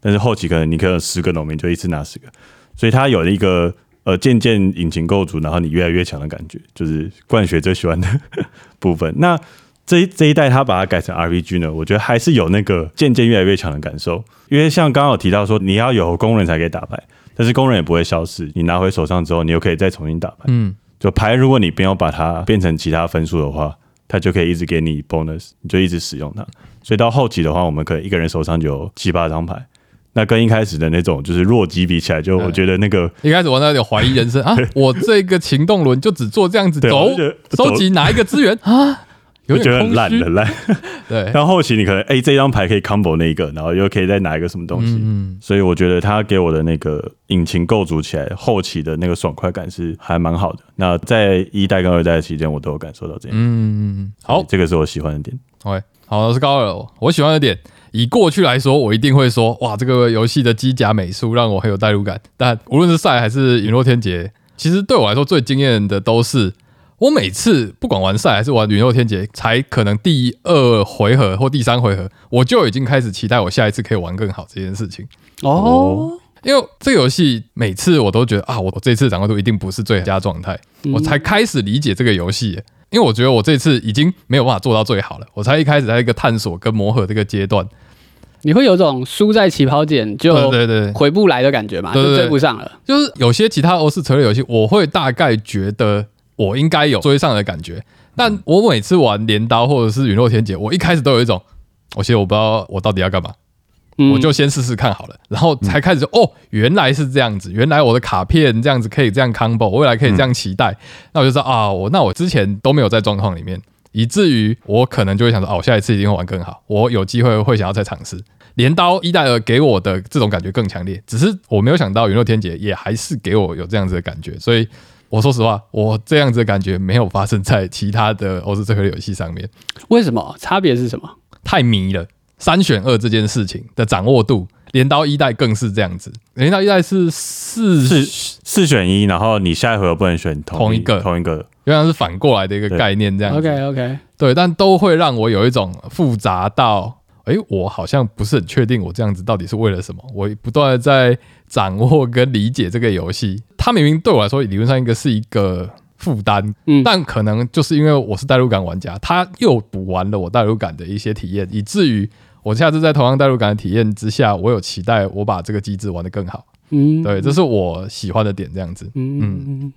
Speaker 2: 但是后期可能你可能十个农民就一次拿十个，所以它有一个呃渐渐引擎构筑，然后你越来越强的感觉，就是冠学最喜欢的 *laughs* 部分。那这一这一代他把它改成 RPG 呢，我觉得还是有那个渐渐越来越强的感受，因为像刚刚有提到说你要有工人才可以打牌，但是工人也不会消失，你拿回手上之后，你又可以再重新打牌。
Speaker 1: 嗯，
Speaker 2: 就牌，如果你没有把它变成其他分数的话，它就可以一直给你 bonus，你就一直使用它。所以到后期的话，我们可以一个人手上就有七八张牌。那跟一开始的那种就是弱鸡比起来，就我觉得那个、
Speaker 1: 一开始玩到有点怀疑人生啊，我这个行动轮就只做这样子，
Speaker 2: 对
Speaker 1: 走
Speaker 2: 我就觉得走
Speaker 1: 收集哪一个资源啊，有
Speaker 2: 我觉
Speaker 1: 点
Speaker 2: 得很
Speaker 1: 空
Speaker 2: 烂
Speaker 1: 虚哎
Speaker 2: 很，烂。
Speaker 1: 对，
Speaker 2: 然后后期你可能哎、这张牌可以 combo 那一个，然后又可以再拿一个什么东西。
Speaker 1: 嗯，
Speaker 2: 所以我觉得它给我的那个引擎构筑起来后期的那个爽快感是还蛮好的。那在一代跟二代的期间，我都有感受到这样。
Speaker 1: 嗯，好
Speaker 2: 这个是我喜欢的点。
Speaker 1: ，OK，好，我是高尔，我喜欢的点。以过去来说，我一定会说，哇，这个游戏的机甲美术让我很有代入感。但无论是赛还是陨落天劫，其实对我来说最惊艳的都是，我每次不管玩赛还是玩云游天劫，才可能第二回合或第三回合，我就已经开始期待我下一次可以玩更好这件事情。
Speaker 4: 哦，
Speaker 1: 因为这个游戏每次我都觉得啊，我我这次掌握度一定不是最佳状态，我才开始理解这个游戏耶。因为我觉得我这次已经没有办法做到最好了，我才一开始在一个探索跟磨合这个阶段。
Speaker 4: 你会有种输在起跑点就
Speaker 1: 对对对
Speaker 4: 回不来的感觉嘛，
Speaker 1: 对对
Speaker 4: 就
Speaker 1: 对
Speaker 4: 追不上了。
Speaker 1: 就是有些其他欧式策略游戏，我会大概觉得我应该有追上的感觉，但我每次玩镰刀或者是陨落天劫，我一开始都有一种，我其实我不知道我到底要干嘛，
Speaker 4: 嗯
Speaker 1: 我就先试试看好了，然后才开始说哦，原来是这样子，原来我的卡片这样子可以这样 combo，我未来可以这样期待，那我就知道啊，我那我之前都没有在状况里面，以至于我可能就会想说，哦，我下一次一定会玩更好，我有机会会想要再尝试。镰刀一代二给我的这种感觉更强烈，只是我没有想到云若天劫也还是给我有这样子的感觉，所以我说实话，我这样子的感觉没有发生在其他的欧式这个游戏上面。
Speaker 4: 为什么？差别是什么？
Speaker 1: 太迷了。三选二这件事情的掌握度，镰刀一代更是这样子。镰刀一代是四，
Speaker 2: 四四选一，然后你下一回合不能选同
Speaker 1: 同一个
Speaker 2: 同一个， *laughs*
Speaker 1: 原来是反过来的一个
Speaker 2: 对
Speaker 1: 概念，这样子
Speaker 4: OK OK，
Speaker 1: 对，但都会让我有一种复杂到，诶，我好像不是很确定我这样子到底是为了什么。我不断的在掌握跟理解这个游戏，它明明对我来说理论上应该是一个负担，
Speaker 4: 嗯
Speaker 1: 但可能就是因为我是代入感玩家，它又补完了我代入感的一些体验，以至于我下次在同样代入感的体验之下，我有期待我把这个机制玩得更好。
Speaker 4: 嗯，
Speaker 1: 对，这是我喜欢的点，这样子。
Speaker 4: 嗯，嗯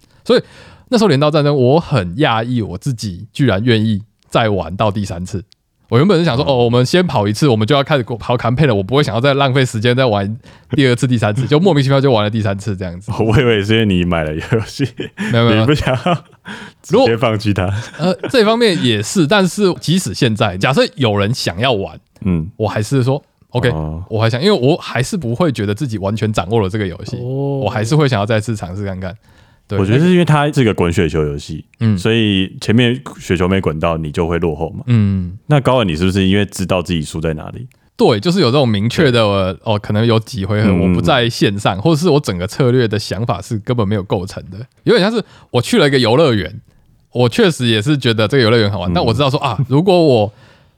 Speaker 1: 那时候镰刀战争，我很讶异我自己居然愿意再玩到第三次。我原本是想说，哦，我们先跑一次，我们就要开始跑 campaign 了，我不会想要再浪费时间再玩第二次、第三次，就莫名其妙就玩了第三次这样子。
Speaker 2: 我以为是因为你买了游戏，
Speaker 1: 没有没有没
Speaker 2: 你
Speaker 1: 有
Speaker 2: 不，想要直
Speaker 1: 啊如果
Speaker 2: 接放弃它，
Speaker 1: 呃，这方面也是，但是即使现在，假设有人想要玩，
Speaker 2: 嗯，
Speaker 1: 我还是说 OK，、
Speaker 2: 哦
Speaker 1: 我还想，因为我还是不会觉得自己完全掌握了这个游戏，
Speaker 4: 哦
Speaker 1: 我还是会想要再次尝试看看。对，
Speaker 2: 我觉得是因为它是个滚雪球游戏，
Speaker 1: 嗯
Speaker 2: 所以前面雪球没滚到，你就会落后嘛。
Speaker 1: 嗯。
Speaker 2: 那高尔，你是不是因为知道自己输在哪里？
Speaker 1: 对，就是有这种明确的呃哦，可能有几回合
Speaker 2: 嗯
Speaker 1: 我不在线上，或者是我整个策略的想法是根本没有构成的，有点像是我去了一个游乐园，我确实也是觉得这个游乐园好玩，但我知道说啊，如果我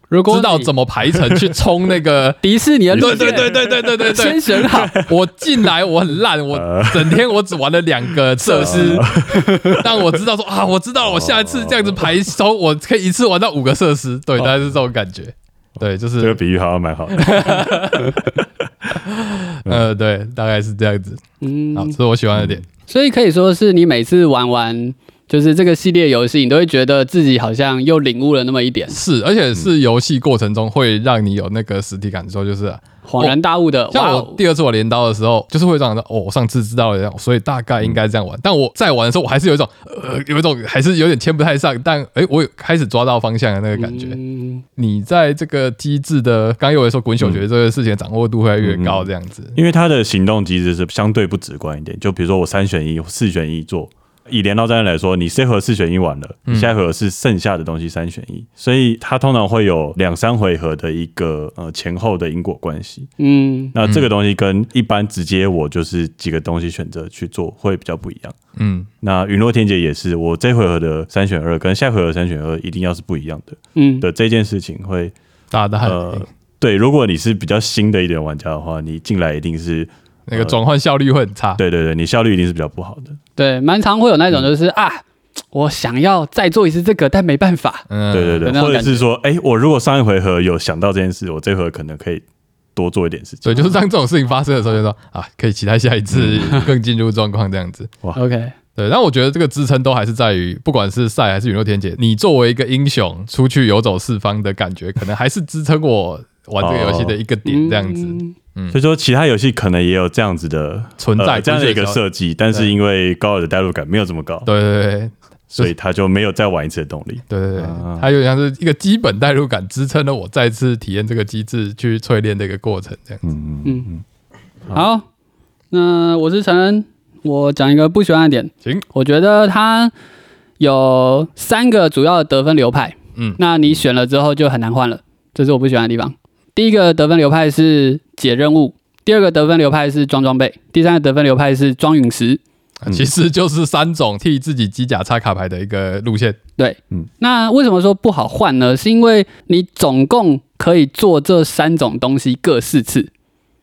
Speaker 4: 如果
Speaker 1: 知道怎
Speaker 4: 么，
Speaker 1: 么排程去冲那个
Speaker 4: 迪士尼的路
Speaker 1: 对
Speaker 4: 线，
Speaker 1: 对对对对对对对，
Speaker 4: 先选好，
Speaker 1: *laughs* 我进来我很烂，我整天我只玩了两个设施， *laughs* 但我知道说啊，我知道了，我下一次这样子排冲，我可以一次玩到五个设施，对，大概是这种感觉，对，就
Speaker 2: 这个
Speaker 1: 是
Speaker 2: 比喻好像蛮好的。
Speaker 1: *laughs* 呃，对，大概是这样子。好，
Speaker 4: 嗯
Speaker 1: 这，是我喜欢的点。
Speaker 4: 所以可以说是你每次玩完就是这个系列游戏，你都会觉得自己好像又领悟了那么一点，
Speaker 1: 是，而且是游戏过程中会让你有那个实体感受，就是啊、
Speaker 4: 恍然大悟的，哇
Speaker 1: 像
Speaker 4: 哦
Speaker 1: 我，第二次玩镰刀的时候，就是会这样的。哦，我上次知道了这样，所以大概应该这样玩。但我在玩的时候，我还是有一种呃，有一种还是有点牵不太上，但诶，我有开始抓到方向的那个感觉。
Speaker 4: 嗯
Speaker 1: 你在这个机制的，刚刚有人说滚雪球这个事情的掌握度会越来越高，这样子。
Speaker 2: 因为它的行动机制是相对不直观一点。就比如说我三选一、四选一做，以镰刀战来说，你这回合四选一完了，
Speaker 1: 嗯
Speaker 2: 你下一回合是剩下的东西三选一，所以它通常会有两三回合的一个呃前后的因果关系。
Speaker 4: 嗯，
Speaker 2: 那这个东西跟一般直接我就是几个东西选择去做会比较不一样。
Speaker 1: 嗯，
Speaker 2: 那陨落天劫也是，我这回合的三选二跟下回合的三选二一定要是不一样的
Speaker 4: 嗯，
Speaker 2: 的这件事情会
Speaker 1: 大的很、哎
Speaker 2: 呃。对，如果你是比较新的一点玩家的话，你进来一定是
Speaker 1: 那个转换效率会很差。
Speaker 2: 对对对，你效率一定是比较不好的。
Speaker 4: 对，蛮常会有那种就是啊，我想要再做一次这个，但没办法，
Speaker 1: 嗯，
Speaker 2: 对对
Speaker 4: 有
Speaker 2: 对，
Speaker 4: 那种
Speaker 2: 或者
Speaker 4: 感觉
Speaker 2: 是说，哎、我如果上一回合有想到这件事，我这回合可能可以多做一点事情。
Speaker 1: 所以就是当这种事情发生的时候，就说啊，可以期待下一次更进入状况这样子。
Speaker 4: OK，
Speaker 1: 对，但我觉得这个支撑都还是在于，不管是赛还是陨落天劫，你作为一个英雄出去游走四方的感觉，可能还是支撑我玩这个游戏的一个点，这样子。
Speaker 4: 嗯
Speaker 2: 所以说，其他游戏可能也有这样子的
Speaker 1: 存在
Speaker 2: 呃这样的一
Speaker 1: 不
Speaker 2: 个
Speaker 1: 是
Speaker 2: 设计，但是因为高尔的代入感没有这么高，
Speaker 1: 对对对
Speaker 2: 所以他就没有再玩一次的动力。
Speaker 1: 对对对
Speaker 2: 啊，
Speaker 1: 它有点像是一个基本代入感支撑了我再次体验这个机制去淬炼的一个过程，这样。
Speaker 2: 嗯，嗯
Speaker 4: 嗯，好，那我是陈恩，我讲一个不喜欢的点，
Speaker 1: 行，
Speaker 4: 我觉得它有三个主要的得分流派，
Speaker 1: 嗯
Speaker 4: 那你选了之后就很难换了，这是我不喜欢的地方。第一个得分流派是解任务，第二个得分流派是装装备，第三个得分流派是装陨石。
Speaker 1: 啊其实就是三种替自己机甲插卡牌的一个路线。
Speaker 4: 对，
Speaker 2: 嗯
Speaker 4: 那为什么说不好换呢？是因为你总共可以做这三种东西各四次，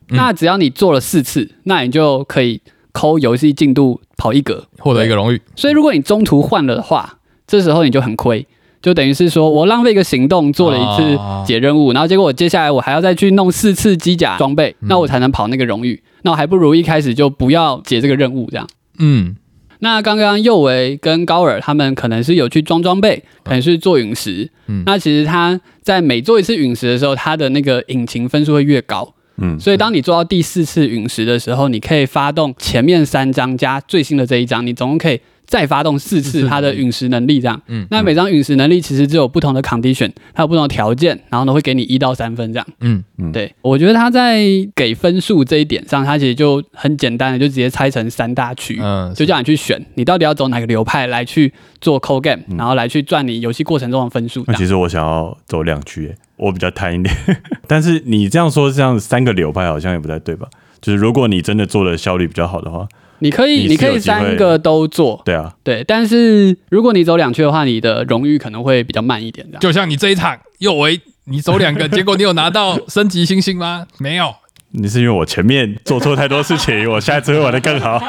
Speaker 1: 嗯
Speaker 4: 那只要你做了四次，那你就可以抠游戏进度跑一格。
Speaker 1: 获得一个荣誉，
Speaker 4: 所以如果你中途换了的话，这时候你就很亏，就等于是说我浪费一个行动做了一次
Speaker 1: 啊
Speaker 4: 解任务，然后结果我接下来我还要再去弄四次机甲装备，
Speaker 1: 嗯
Speaker 4: 那我才能跑那个荣誉。那我还不如一开始就不要解这个任务这样。
Speaker 1: 嗯，
Speaker 4: 那刚刚右维跟高尔他们可能是有去装装备，可能是做陨石。
Speaker 1: 嗯
Speaker 4: 那其实他在每做一次陨石的时候，他的那个引擎分数会越高。
Speaker 2: 嗯
Speaker 4: 所以当你做到第四次陨石的时候，你可以发动前面三张加最新的这一张，你总共可以再发动四
Speaker 1: 四
Speaker 4: 次
Speaker 1: 次
Speaker 4: 它的陨石能力这样。
Speaker 1: 嗯
Speaker 4: 嗯，那每张陨石能力其实只有不同的 condition，它有不同的条件，然后呢会给你一到三分这样。
Speaker 1: 嗯，
Speaker 4: 对，我觉得他在给分数这一点上，他其实就很简单的，就直接拆成三大区，
Speaker 1: 嗯
Speaker 4: 就叫你去选，你到底要走哪个流派来去做 c o game，、然后来去赚你游戏过程中的分数这
Speaker 2: 那
Speaker 4: 样。
Speaker 2: 其实我想要走两区、欸，我比较贪一点。 *laughs* 但是你这样说，这样三个流派好像也不太对吧？就是如果你真的做的效率比较好的话，
Speaker 4: 你可以，
Speaker 2: 你是
Speaker 4: 你可
Speaker 2: 有
Speaker 4: 以
Speaker 2: 机会
Speaker 4: 三个都做，
Speaker 2: 对啊，
Speaker 4: 对，但是如果你走两区的话，你的荣誉可能会比较慢一点，这样。
Speaker 1: 就像你这一场右维，你走两个，结果你有拿到升级星星 *laughs* 吗？没有，
Speaker 2: 你是因为我前面做错太多
Speaker 1: *laughs*
Speaker 2: 事情，我下一次会玩的更好。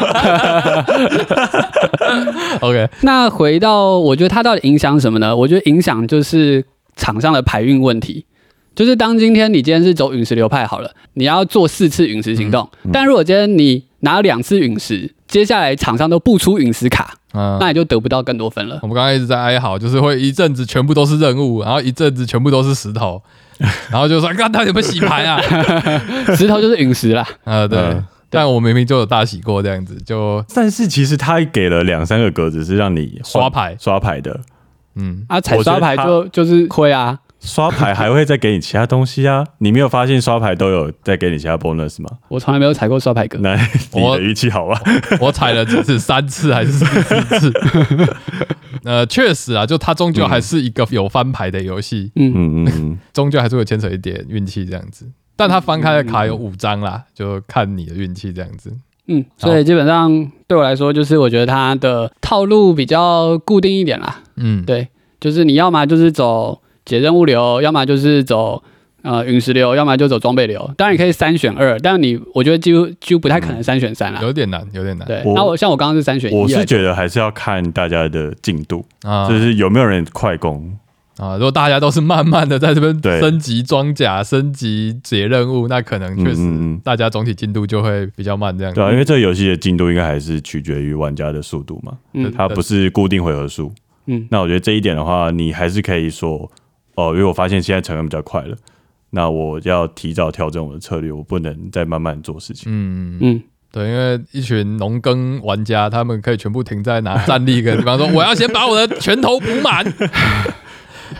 Speaker 1: OK，
Speaker 4: 那回到我觉得它到底影响什么呢？我觉得影响就是场上的排运问题。就是当今天你今天是走陨石流派好了，你要做四次陨石行动，
Speaker 2: 嗯
Speaker 4: 但如果今天你拿了两次陨石，接下来场上都不出陨石卡，
Speaker 1: 嗯，
Speaker 4: 那你就得不到更多分了。
Speaker 1: 我们刚刚一直在哀嚎，就是会一阵子全部都是任务，然后一阵子全部都是石 *laughs* 头，然后就说看他有没有洗牌 *laughs* 啊？
Speaker 4: 石头就是陨石啦，
Speaker 1: 呃，对
Speaker 2: 嗯，
Speaker 1: 但我明明就有大洗过这样子，就
Speaker 2: 但是其实他给了两三个格子是让你换
Speaker 1: 刷牌
Speaker 2: 刷牌的，
Speaker 1: 嗯，
Speaker 4: 啊，踩刷牌
Speaker 2: *laughs* 我觉得它
Speaker 4: 就就是亏啊。
Speaker 2: 刷牌还会再给你其他东西啊。你没有发现刷牌都有再给你其他 bonus 吗？
Speaker 4: 我从来没有踩过刷牌格，
Speaker 2: 那你
Speaker 1: 我
Speaker 2: 的运气好啊。
Speaker 1: *laughs* 我踩了几次，三次还是四
Speaker 4: *laughs*
Speaker 1: 次？呃，确实啊，就它终究还是一个有翻牌的游戏，
Speaker 4: 嗯，
Speaker 2: 嗯嗯嗯，
Speaker 1: 终究还是会牵扯一点运气这样子。但它翻开的卡有五张啦，就看你的运气这样子。
Speaker 4: 嗯，所以基本上对我来说，就是我觉得它的套路比较固定一点啦。
Speaker 1: 嗯，
Speaker 4: 对，就是你要么就是走解任务流，要么就是走呃陨石流，要么就走装备流。当然你可以三选二，但你我觉得几乎几乎不太可能三选三啦。
Speaker 1: 嗯有点难，有点难。
Speaker 4: 对，
Speaker 2: 我
Speaker 4: 那我像我刚刚是三选一啊来
Speaker 2: 我
Speaker 4: 做，
Speaker 2: 是觉得还是要看大家的进度，
Speaker 1: 啊
Speaker 2: 就是有没有人快攻。
Speaker 1: 啊，如果大家都是慢慢的在这边
Speaker 2: 对
Speaker 1: 升级装甲、升级解任务，那可能确
Speaker 2: 嗯嗯
Speaker 1: 实
Speaker 2: 嗯
Speaker 1: 大家总体进度就会比较慢这样子。
Speaker 2: 对啊，因为这个游戏的进度应该还是取决于玩家的速度嘛，
Speaker 4: 嗯
Speaker 2: 它不是固定回合数。
Speaker 4: 嗯
Speaker 2: 那我觉得这一点的话，你还是可以说，哦，因为我发现现在成员比较快了，那我要提早调整我的策略，我不能再慢慢做事情。
Speaker 1: 嗯，
Speaker 4: 嗯
Speaker 1: 对，因为一群农耕玩家，他们可以全部停在
Speaker 4: *laughs*
Speaker 1: 哪站立一个地方，说我要先把我的拳头补满，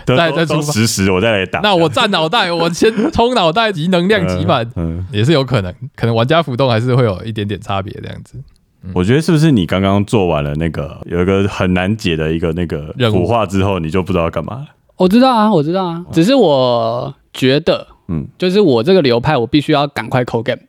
Speaker 2: 等
Speaker 1: 再
Speaker 2: 都
Speaker 1: 再出
Speaker 2: 都
Speaker 1: 发
Speaker 2: 实时我再来打。
Speaker 1: 那我占脑袋，我先充脑袋集能量集满，
Speaker 2: 嗯，
Speaker 1: 也是有可能，可能玩家浮动还是会有一点点差别这样子。
Speaker 2: 我觉得是不是你刚刚做完了那个有一个很难解的一个那个
Speaker 1: 任务
Speaker 2: 腐化之后，你就不知道要干嘛了？
Speaker 4: 我知道啊，我知道啊，只是我觉得，
Speaker 2: 嗯
Speaker 4: 嗯，就是我这个流派，我必须要赶快扣 game，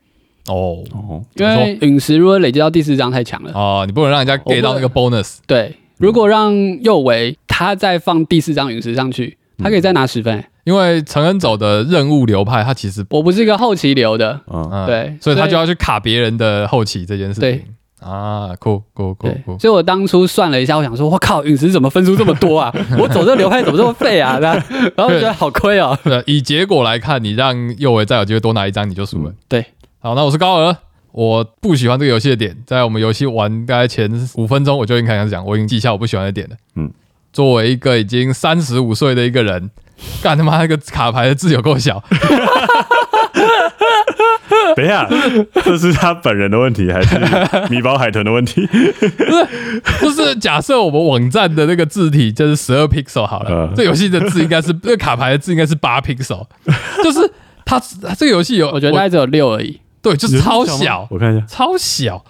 Speaker 1: 哦
Speaker 2: 哦，
Speaker 1: 怎
Speaker 4: 因
Speaker 1: 么
Speaker 4: 为陨石如果累积到第四张太强了，
Speaker 1: 哦，你不能让人家
Speaker 4: 我
Speaker 1: get
Speaker 4: 不
Speaker 1: 到那个 bonus
Speaker 4: 对，如果让右维他再放第四张陨石上去，他可以再拿十分、欸
Speaker 1: 因为成人走的任务流派，它其实
Speaker 4: 我不是一个后期流的，
Speaker 2: 嗯，
Speaker 1: 嗯，
Speaker 4: 对
Speaker 1: 所以他
Speaker 4: 所以
Speaker 1: 就要去卡别人的后期这件事情。啊，酷酷酷
Speaker 4: 对
Speaker 1: 酷，，
Speaker 4: 所以我当初算了一下，我想说，我靠，陨石怎么分数这么多
Speaker 1: *laughs*
Speaker 4: 啊？我走这流派怎么这么废啊？那然后我觉得好亏
Speaker 1: *laughs*
Speaker 4: 哦。
Speaker 1: 对，以结果来看，你让右维再有机会多拿一张，你就输了。
Speaker 4: 对，
Speaker 1: 好，那我是高尔，我不喜欢这个游戏的点，在我们游戏玩大概前五分钟，我就已经开始讲，我已经记下我不喜欢的点了。嗯
Speaker 2: 嗯，
Speaker 1: 作为一个已经三十五岁的一个人，干他妈那个卡牌的字有够
Speaker 2: *laughs*
Speaker 1: 小，
Speaker 2: 等一下， *laughs* 这是他本人的问题还是米宝海豚的问
Speaker 1: *laughs*
Speaker 2: 题？
Speaker 1: 就是假设我们网站的那个字体就是十二 pixel 好了，
Speaker 2: 嗯
Speaker 1: 这游戏的字应该
Speaker 2: *laughs*
Speaker 1: 是这个卡牌的字应该是八 pixel，就是它这个游戏有，
Speaker 4: 我觉得大概只有六而已。
Speaker 1: 对，就是超小，
Speaker 2: 我看一下，
Speaker 1: 超小。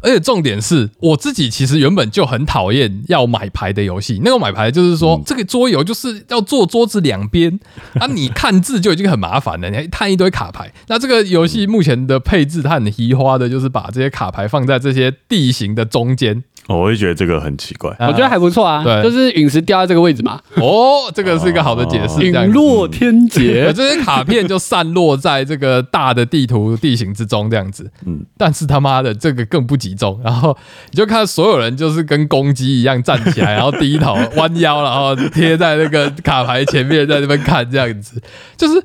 Speaker 1: 而且重点是我自己其实原本就很讨厌要买牌的游戏，那个买牌就是说、
Speaker 4: 嗯
Speaker 1: 这个桌游就是要坐桌子两
Speaker 4: *laughs*
Speaker 1: 边啊，你看字就已经很麻烦了，你还
Speaker 4: 嗯
Speaker 1: 看一堆卡牌。那这个游戏目前的配置它很移花的，就是把这些卡牌放在这些地形的中间。
Speaker 2: 哦我会觉得这个很奇怪。
Speaker 1: 啊
Speaker 4: 我觉得还不错啊，
Speaker 1: 对
Speaker 4: 就是陨石掉在这个位
Speaker 1: *laughs*
Speaker 4: 置嘛，
Speaker 1: 哦，这个是一个好的解释，这
Speaker 4: 陨
Speaker 1: 样子
Speaker 4: 落天
Speaker 1: 对 *laughs*
Speaker 4: 劫。
Speaker 1: 这些卡片就散落在这个大的地图地形之中，这样子。嗯
Speaker 2: 嗯，
Speaker 1: 但是他妈的这个更不集中，然后你就看所有人就是跟公鸡一样站起来，然后低头弯腰，然后贴在那个卡牌前面，在那边看这样子，就是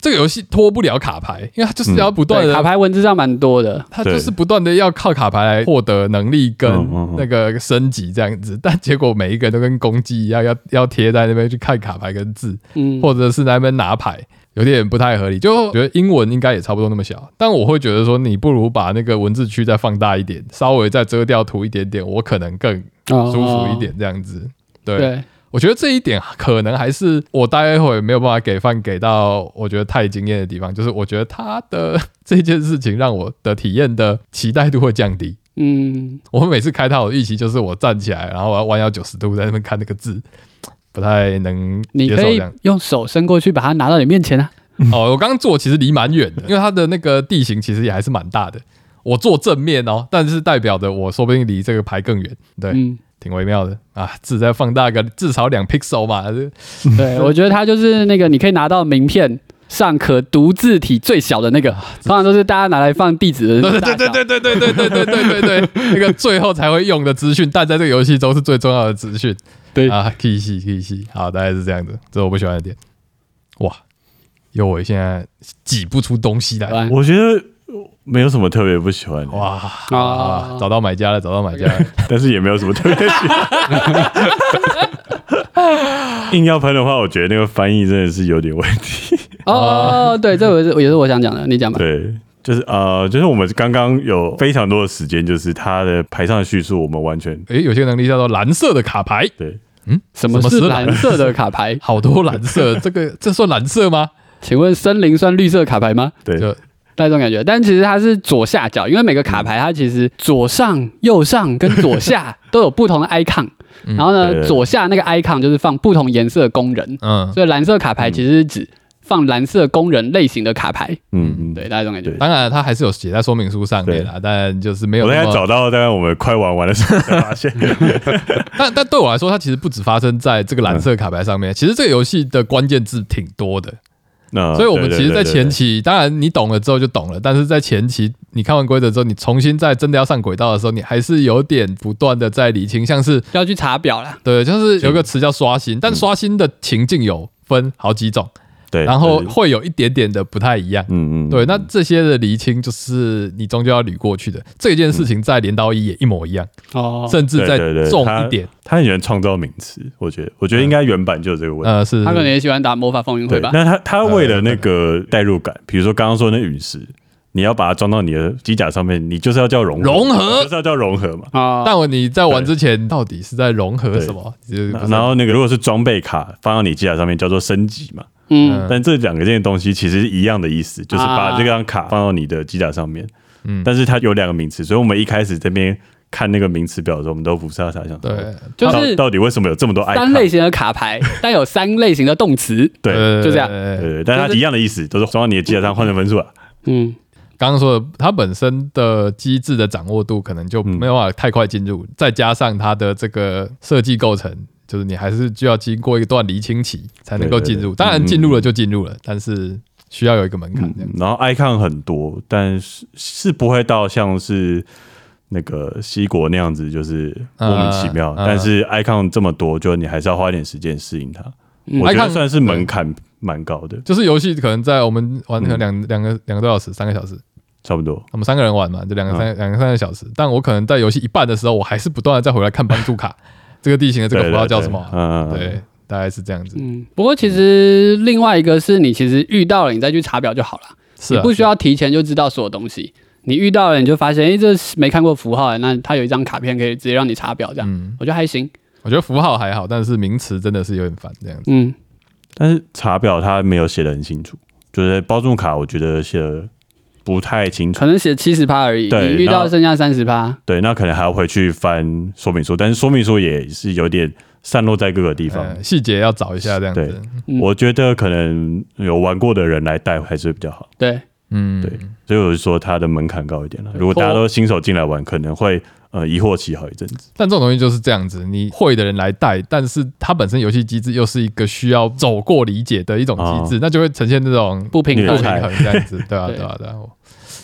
Speaker 1: 这个游戏脱不了卡牌，因为它就是要不断
Speaker 4: 嗯对，
Speaker 1: 的
Speaker 4: 卡。牌文字上蛮多的，
Speaker 1: 它就是不断的要靠卡牌来获得能力跟
Speaker 4: 嗯
Speaker 1: 那个升级这样子，但结果每一个人都跟公鸡一样，要要贴在那边去看卡牌跟字，
Speaker 4: 嗯，
Speaker 1: 或者是在那边拿牌，有点不太合理。就觉得英文应该也差不多那么小，但我会觉得说，你不如把那个文字区再放大一点，稍微再遮掉图一点点，我可能更
Speaker 4: 哦
Speaker 1: 舒服一。点这样子。对，
Speaker 4: 对，
Speaker 1: 我觉得这一点可能还是我待会没有办法给饭给到，我觉得太惊艳的地方，就是我觉得他的 *laughs* 这件事情让我的体验的期待度会降低。
Speaker 4: 嗯，
Speaker 1: 我每次开它，我的预期就是我站起来，然后我要弯腰九十度在那边看那个字，不太能
Speaker 4: 你
Speaker 1: 接受
Speaker 4: 可
Speaker 1: 这
Speaker 4: 以
Speaker 1: 样。
Speaker 4: 用手伸过去把它拿到你面前啊。
Speaker 1: 哦，我刚刚坐其实离蛮远的，因为它的那个地形其实也还是蛮大的。我坐正面哦，但是代表着我说不定离这个牌更远，对，
Speaker 4: 嗯，
Speaker 1: 挺微妙的啊。字再放大个至少两 pixel
Speaker 4: *laughs*
Speaker 1: 嘛，这
Speaker 4: 对，我觉得它就是那个你可以拿到名片上可读字体最小的那个，通常都是大家拿来放地址的
Speaker 1: 对
Speaker 4: 那种大
Speaker 1: 对
Speaker 4: 小。
Speaker 1: 对对对对对对对对对对，
Speaker 4: *laughs*
Speaker 1: 那个最后才会用的资讯，但在这个游戏中是最重要的资讯。
Speaker 4: 对
Speaker 1: 啊，key 系 key 系，好，大概是这样子，这是我不喜欢的点。哇，有我现在挤不出东西来，
Speaker 4: 对吧，
Speaker 2: 我觉得没有什么特别不喜欢的，
Speaker 1: 哇啊
Speaker 4: 啊，
Speaker 1: 找到买家了，找到买家了。
Speaker 4: *laughs*
Speaker 2: 但是也没有什么特别喜
Speaker 1: *laughs*
Speaker 2: 欢。硬要喷的话，我觉得那个翻译真的是有点问
Speaker 1: *laughs*
Speaker 2: 题。
Speaker 4: 哦，对，这我是也是我想讲的，你讲吧。
Speaker 2: 对，就是呃，就是我们刚刚有非常多的时间，就是它的牌上的叙述，我们完全
Speaker 1: 诶，有些能力叫做蓝色的卡牌，
Speaker 2: 对
Speaker 4: 什么
Speaker 1: 什么
Speaker 4: 是
Speaker 1: 是？
Speaker 4: 蓝色的卡牌
Speaker 1: 好多蓝
Speaker 2: *laughs*
Speaker 1: 色，这个这算蓝色吗？
Speaker 4: 请问森林算绿色卡牌吗？
Speaker 2: 对
Speaker 1: 就
Speaker 4: 那种感觉，但其实它是左下角，因为每个卡牌它其实左上、右上跟左下都有不同的 icon，然后
Speaker 2: 对对
Speaker 4: 呢，
Speaker 2: 对
Speaker 4: 左下那个 icon 就是放不同颜色的工人，
Speaker 1: 嗯，
Speaker 4: 所以蓝色卡牌其实是指放蓝色工人类型的卡牌，
Speaker 2: 嗯嗯
Speaker 4: 对，大概这种感觉
Speaker 2: 对。
Speaker 1: 当然它还是有写在说明书上面啦，但就是没有
Speaker 2: 我
Speaker 1: 那
Speaker 2: 大概
Speaker 1: 么。
Speaker 2: 找到大概我们快玩完的时候才
Speaker 1: *laughs*
Speaker 2: 发现， *laughs*
Speaker 1: 但但对我来说，它其实不只发生在这个蓝色卡牌上面，其实这个游戏的关键字挺多的，
Speaker 2: 那
Speaker 1: 所以我们其实，在前
Speaker 2: 期
Speaker 1: 期，当然你懂了之后就懂了，但是在前期你看完规则之后，你重新在真的要上轨道的时候，你还是有点不断的在理清，像是
Speaker 4: 要去查表啦，
Speaker 1: 对，就是有一个词叫刷新，但刷新的情境有分好几种，
Speaker 2: 对，
Speaker 1: 然后
Speaker 2: 对
Speaker 1: 会有一点点的不太一样。
Speaker 2: 嗯嗯，
Speaker 1: 对，那这些的厘清就是你终究要捋过去的。这件事情在镰刀一也一模一样，
Speaker 4: 哦，
Speaker 1: 甚至
Speaker 2: 对
Speaker 1: 再
Speaker 2: 嗯对对
Speaker 1: 重
Speaker 2: 他
Speaker 1: 一点。
Speaker 2: 他很喜欢创造名词，我觉得，我觉得应该原版就有这个问题。
Speaker 1: 呃，是
Speaker 4: 他可能也喜欢打魔法风云会
Speaker 2: 对，
Speaker 4: 吧。嗯
Speaker 2: 那他他为了那个代入感，比如说刚刚说那陨石，你要把它装到你的机甲上面，你就是要叫融合
Speaker 1: 融合
Speaker 2: 就是要叫融合嘛。
Speaker 4: 啊，
Speaker 1: 但我你在玩之前到底是在融合什么？就是不是
Speaker 2: 然后那个如果是装备卡放到你机甲上面叫做升级嘛，
Speaker 4: 嗯，
Speaker 2: 但这两个这些东西其实是一样的意思，就是把
Speaker 4: 啊
Speaker 2: 这张卡放到你的机甲上面。
Speaker 1: 嗯
Speaker 2: 嗯，但是它有两个名词，所以我们一开始这边看那个名词表的时候，我们都不是要想想，
Speaker 1: 对，
Speaker 4: 就是
Speaker 2: 呃到到底为什么有这么多爱
Speaker 4: 三类型的卡
Speaker 2: *laughs*
Speaker 4: 牌，但有三类型的动词。
Speaker 2: 对
Speaker 1: 呃
Speaker 4: 就这样
Speaker 2: 对对，对但它一样的意思，都是装到你的机甲上换成分数啊。
Speaker 4: 嗯，
Speaker 1: 刚刚说的，它本身的机制的掌握度可能就
Speaker 2: 嗯
Speaker 1: 没有办法太快进入，再加上它的这个设计构成，就是你还是就要经过一段厘清期才能够进入。
Speaker 2: 对对对
Speaker 1: 当然进入了就进入了，但是需要有一个门槛这样。
Speaker 2: 嗯然后 icon 很多，但是是不会到像是那个西国那样子，就是莫名其妙。
Speaker 1: 嗯嗯
Speaker 2: 但是 icon 这么多，就你还是要花一点时间适应它。我觉
Speaker 1: 嗯 icon-
Speaker 2: 得算是门槛蛮高的，
Speaker 1: 就是游戏可能在我们玩
Speaker 2: 嗯
Speaker 1: 可能两两个两个多小时、三个小时，
Speaker 2: 差不多。
Speaker 1: 我们三个人玩嘛，就两个
Speaker 2: 嗯
Speaker 1: 三两个三个小时。但我可能在游戏一半的时候，我还是不断的再回来看帮助卡这个地形的这个
Speaker 2: 对
Speaker 1: 符号
Speaker 2: 对
Speaker 1: 叫
Speaker 2: 对
Speaker 1: 什么啊，
Speaker 2: 嗯，嗯嗯
Speaker 1: 对，大概是这样子。
Speaker 4: 嗯，不过其实另外一个是你其实遇到了，你再去查表就好了，
Speaker 1: 是
Speaker 4: 你
Speaker 1: 啊，
Speaker 4: 不需要提前就知道所有东西。你遇到了你就发现，哎、这是没看过符号、那它有一张卡片可以直接让你查表，这样、
Speaker 1: 嗯，
Speaker 4: 我觉得还行。
Speaker 1: 我觉得符号还好，但是名词真的是有点烦这样子。
Speaker 4: 嗯，
Speaker 2: 但是查表它没有写的很清楚，就是包住卡，我觉得写的不太清楚。
Speaker 4: 可能写七十趴而已，
Speaker 2: 对
Speaker 4: 你遇
Speaker 2: 然
Speaker 4: 到
Speaker 2: 后
Speaker 4: 剩下三十趴，
Speaker 2: 对，那可能还要回去翻说明书，但是说明书也是有点散落在各个地方。
Speaker 1: 呃细节要找一下这样子
Speaker 2: 对。我觉得可能有玩过的人来带还是比较好，
Speaker 4: 对，
Speaker 1: 嗯，
Speaker 2: 对，所以我就说它的门槛高一点了。如果大家都新手进来玩，可能会呃疑惑期好一阵子。
Speaker 1: 但这种东西就是这样子，你会的人来带，但是它本身游戏机制又是一个需要走过理解的一种机
Speaker 2: 哦
Speaker 1: 制，那就会呈现这种
Speaker 4: 不平
Speaker 1: 不
Speaker 2: 虐
Speaker 4: 衡
Speaker 1: 平
Speaker 2: 菜
Speaker 1: 衡这样子，对啊，
Speaker 4: *laughs* 对
Speaker 1: 对啊，对啊，我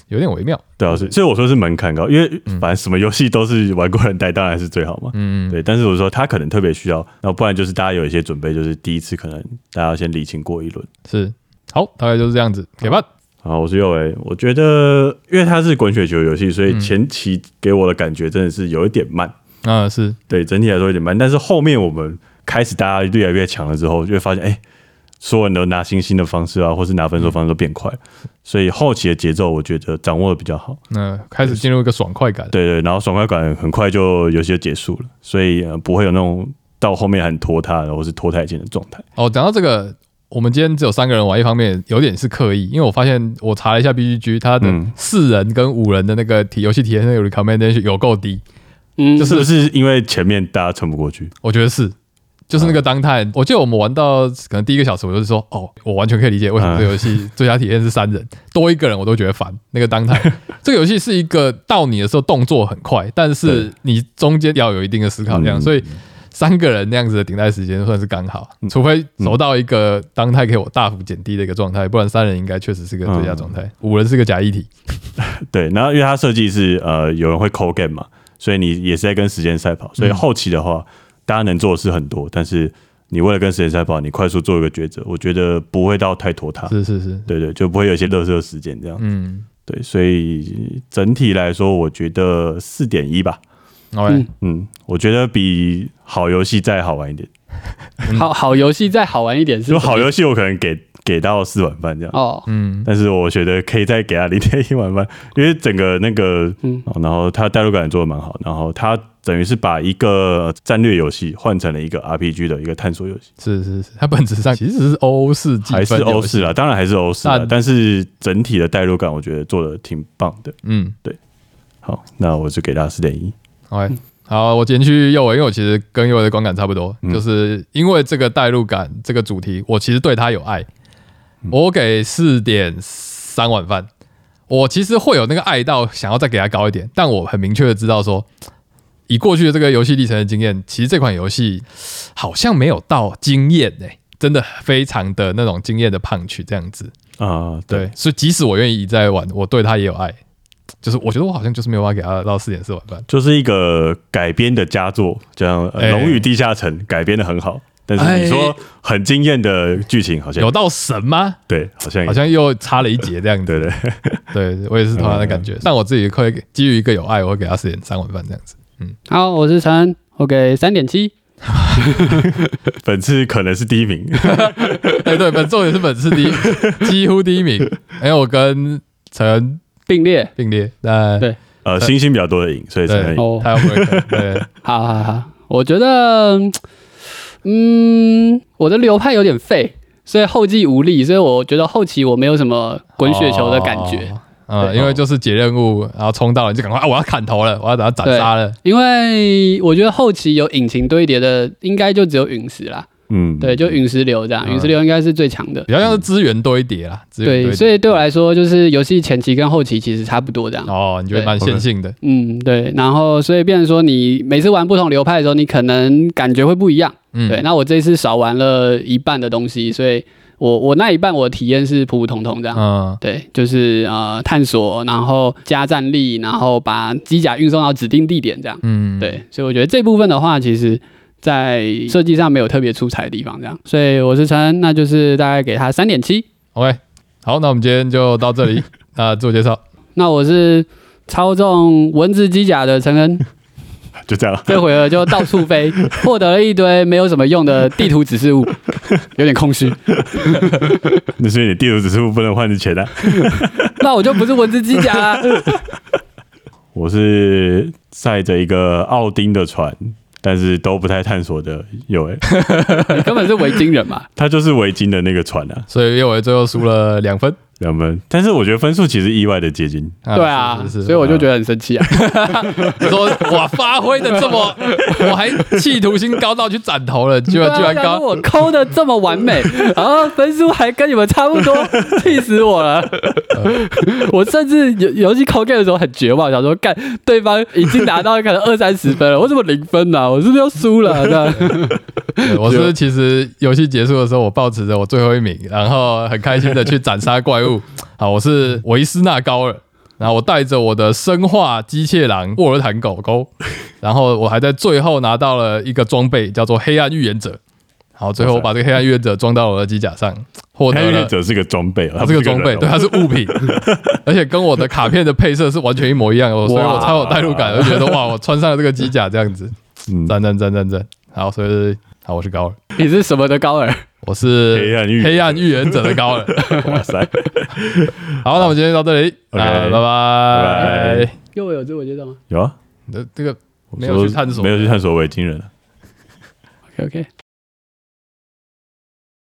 Speaker 1: 有点微妙，
Speaker 2: 对啊，所以所以我说是门槛高，因为反正什么游戏都是玩过人带，当然是最好嘛。
Speaker 1: 嗯，
Speaker 2: 对，但是我说他可能特别需要，那不然就是大家有一些准备，就是第一次可能大家要先理清过一轮。
Speaker 1: 是，好，大概就是这样子，给吧，
Speaker 2: 啊，我是右维，我觉得因为它是滚雪球游戏，所以前期给我的感觉真的是有一点慢，
Speaker 1: 嗯，是，
Speaker 2: 对，整体来说有点慢。但是后面我们开始大家越来越强了之后，就会发现，哎、所有人都拿星星的方式啊，或是拿分数方式都变快了，所以后期的节奏我觉得掌握的比较好。
Speaker 1: 那开始进入一个爽快感，
Speaker 2: 对对，然后爽快感很快就游戏就结束了，所以、呃、不会有那种到后面很拖沓的或是拖太紧的状态。
Speaker 1: 哦，讲到这个，我们今天只有三个人玩，一方面有点是刻意，因为我发现我查了一下 B G G，它的
Speaker 2: 嗯
Speaker 1: 四人跟五人的那个体游戏体验那个 recommendation 有够低，
Speaker 4: 嗯，
Speaker 2: 就是不是因为前面大家撑不过去？
Speaker 1: 我觉得是，就是
Speaker 2: 啊
Speaker 1: 那个当探，我记得我们玩到可能第一个小时，我就是说，哦，我完全可以理解为
Speaker 2: 啊
Speaker 1: 什么这个游
Speaker 2: *laughs*
Speaker 1: 戏最佳体验是三人，多一个人我都觉得烦。那个当探，
Speaker 2: 嗯
Speaker 1: 这个游戏是一个到你的时候动作很快，但是你中间要有一定的思考量，
Speaker 2: 嗯嗯
Speaker 1: 所以。三个人那样子的顶戴时间算是刚好，除非熟到一个当态给我大幅减低的一个状态，不然三人应该确实是个最佳状态，
Speaker 2: 嗯
Speaker 1: 五人是个假议题。
Speaker 2: 对，然后因为它设计是呃有人会扣 game 嘛，所以你也是在跟时间赛跑。
Speaker 1: 嗯
Speaker 2: 所以后期的话，大家能做的事很多，但是你为了跟时间赛跑，你快速做一个抉择，我觉得不会到太拖沓。
Speaker 1: 是是是，
Speaker 2: 对对，就不会有一些乐色时间这样。
Speaker 1: 嗯
Speaker 2: 对，所以整体来说，我觉得四点一吧。
Speaker 1: ，OK，
Speaker 2: 嗯，我觉得比好游戏再好玩一点。
Speaker 4: 好好游戏再好玩一点
Speaker 2: 嗯
Speaker 4: 是
Speaker 2: 就好游
Speaker 4: 戏
Speaker 2: 戏，我可能给给到四碗饭这样。
Speaker 4: 哦，
Speaker 1: 嗯，
Speaker 2: 但是我觉得可以再给他零点一碗饭，因为整个那个，
Speaker 4: 嗯
Speaker 2: 嗯，然后他代入感做的蛮好，然后他等于是把一个战略游戏换成了一个 RPG 的一个探索游戏，
Speaker 1: 是是是， *laughs* 它本质上其实是欧式积
Speaker 2: 还是
Speaker 1: 分游
Speaker 2: 欧
Speaker 1: 戏
Speaker 2: 式啊，当然还是欧式啊
Speaker 1: 那，
Speaker 2: 但是整体的代入感我觉得做的挺棒的。
Speaker 1: 嗯，
Speaker 2: 好，那我就给他四点一，
Speaker 1: OK，好，我今天去右尾，因为我其实跟右尾的观感差不多，就是因为这个代入感，这个主题，我其实对他有爱，我给四点三碗饭。我其实会有那个爱到想要再给他高一点，但我很明确的知道说，以过去的这个游戏历程的经验，其实这款游戏好像没有到惊艳哎，真的非常的那种惊艳的胖曲这样子。
Speaker 2: 啊，
Speaker 1: 对
Speaker 2: 对，，
Speaker 1: 所以即使我愿意一再玩，我对他也有爱，就是我觉得我好像就是没有办法给他到四点四碗饭。
Speaker 2: 就是一个改编的佳作，这样呃
Speaker 1: 哎
Speaker 2: 《龙与地下城》改编的很好，但是你说很惊艳的剧情好像
Speaker 1: 有到神吗？
Speaker 2: 对，好像
Speaker 1: 好像又差了一截这样子。
Speaker 2: 对对。 *laughs*
Speaker 1: 对我也是同样的感觉。但我自己会基于一个有爱，我会给他四点三碗饭这样子。 *laughs*
Speaker 4: 好，我是陈，我给三点七，
Speaker 2: 本次可能是第一名，
Speaker 1: 哎，对，本重点是本次第一， *laughs* 几乎第一名，因为我跟陈
Speaker 4: 并列，
Speaker 1: 并列，但
Speaker 4: 对
Speaker 2: 呃，星星比较多的赢，所以才
Speaker 1: 对
Speaker 2: 能赢。
Speaker 4: 哦
Speaker 1: 他要不会看对，
Speaker 4: 好好好，我觉得，嗯，我的流派有点废，所以后继无力，所以我觉得后期我没有什么 *laughs* 滚雪球的感觉。
Speaker 1: 哦。嗯，因为就是解任务，然后冲到了你就赶快啊，我要砍头了，我要把他斩杀了。
Speaker 4: 因为我觉得后期有引擎堆叠的，应该就只有陨石啦。
Speaker 2: 嗯，
Speaker 4: 对，就陨石流这样，
Speaker 1: 嗯
Speaker 4: 陨石流应该是最强的。
Speaker 1: 比较像是资源堆叠啦，资源堆
Speaker 4: 对，
Speaker 1: 叠。
Speaker 4: 所以对我来说，就是游戏前期跟后期其实差不多这样。
Speaker 1: 哦，你觉得蛮线性的，
Speaker 4: 嗯，对。然后，所以变成说，你每次玩不同流派的时候，你可能感觉会不一样。
Speaker 1: 嗯，
Speaker 4: 对，那我这一次少玩了一半的东西，所以我我那一半我的体验是普普通通这样。
Speaker 1: 嗯，
Speaker 4: 对，就是呃探索，然后加战力，然后把机甲运送到指定地点这样。
Speaker 1: 嗯，
Speaker 4: 对，所以我觉得这部分的话，其实在设计上没有特别出彩的地方这样。所以我是陈，那就是大概给他三点七。
Speaker 1: ，OK，好，那我们今天就到这
Speaker 4: *laughs*
Speaker 1: 里，那自我介绍。
Speaker 4: 那我是操纵蚊子机甲的陈
Speaker 1: *laughs*
Speaker 4: 恩，
Speaker 2: 就这样。 *laughs*
Speaker 4: 这回合就到处飞，获得了一堆没有什么用的地图指示物，有点空虚。
Speaker 2: 那所以你地图指数不能换成钱啊。 *laughs*
Speaker 4: 那我就不是蚊子机甲啊啦、
Speaker 2: 我是载着一个奥丁的船，但是都不太探索的有 *laughs* 诶、
Speaker 4: 你根本是维京人嘛。
Speaker 2: 他就是维京的那个船啊。
Speaker 1: 所以叶伟最后输了两分。
Speaker 2: 两分。但是我觉得分数其实意外的接近，
Speaker 4: 对啊，
Speaker 1: 是是是
Speaker 4: 所以我就觉得很生气啊。
Speaker 1: 你说我发挥的这
Speaker 4: *laughs*
Speaker 1: 么，我还企图心高到去斩头了， *laughs* 居然居然
Speaker 4: 对啊但是
Speaker 1: 高，
Speaker 4: 我抠的这么完美，然后分数还跟你们差不多，气死我了！
Speaker 1: 嗯
Speaker 4: *laughs* 我甚至游游戏抠 game 的时候很绝望，想说干对方已经拿到可能二三十分了，我怎么零分呢、我是不是又输了？啊这样 *laughs*
Speaker 1: 对我是其实游戏结束的时候，我抱持着我最后一名，然后很开心的去斩杀怪
Speaker 4: *laughs*
Speaker 1: 物。好，我是维斯纳高尔，然后我带着我的生化机械狼沃尔坦狗狗，
Speaker 4: *laughs*
Speaker 1: 然后我还在最后拿到了一个装备，叫做黑暗预言者。好，最后我把这个黑暗预言者装到我的机甲上，获得
Speaker 2: 黑
Speaker 1: 了
Speaker 2: 运。者是个装备啊，
Speaker 1: 它是
Speaker 2: 它不
Speaker 1: 个
Speaker 2: 人
Speaker 1: 装备，
Speaker 2: 哦
Speaker 1: 对，它是物 *laughs* 品，而且跟我的卡片的配色是完全一模一样的，所以我超有代入感，我就觉得哇，我穿上了这个机甲这样子，
Speaker 2: 嗯
Speaker 1: 赞赞赞赞赞。好，所以好，我是高尔。
Speaker 4: 你是什么的高尔？
Speaker 1: 我是
Speaker 2: 黑暗预言
Speaker 1: *laughs*
Speaker 2: 者
Speaker 1: 黑暗预言者的高人。
Speaker 2: 哇塞，
Speaker 1: 好，那我们今天就到这里，啊那拜
Speaker 2: OK，拜
Speaker 1: 拜。
Speaker 4: 又有自我介绍吗
Speaker 2: 有啊，
Speaker 1: 你的这个
Speaker 2: 我
Speaker 1: 没有
Speaker 2: 说
Speaker 1: 去探索
Speaker 2: 没有去探索，我也惊人了。啊
Speaker 4: ？OK OK。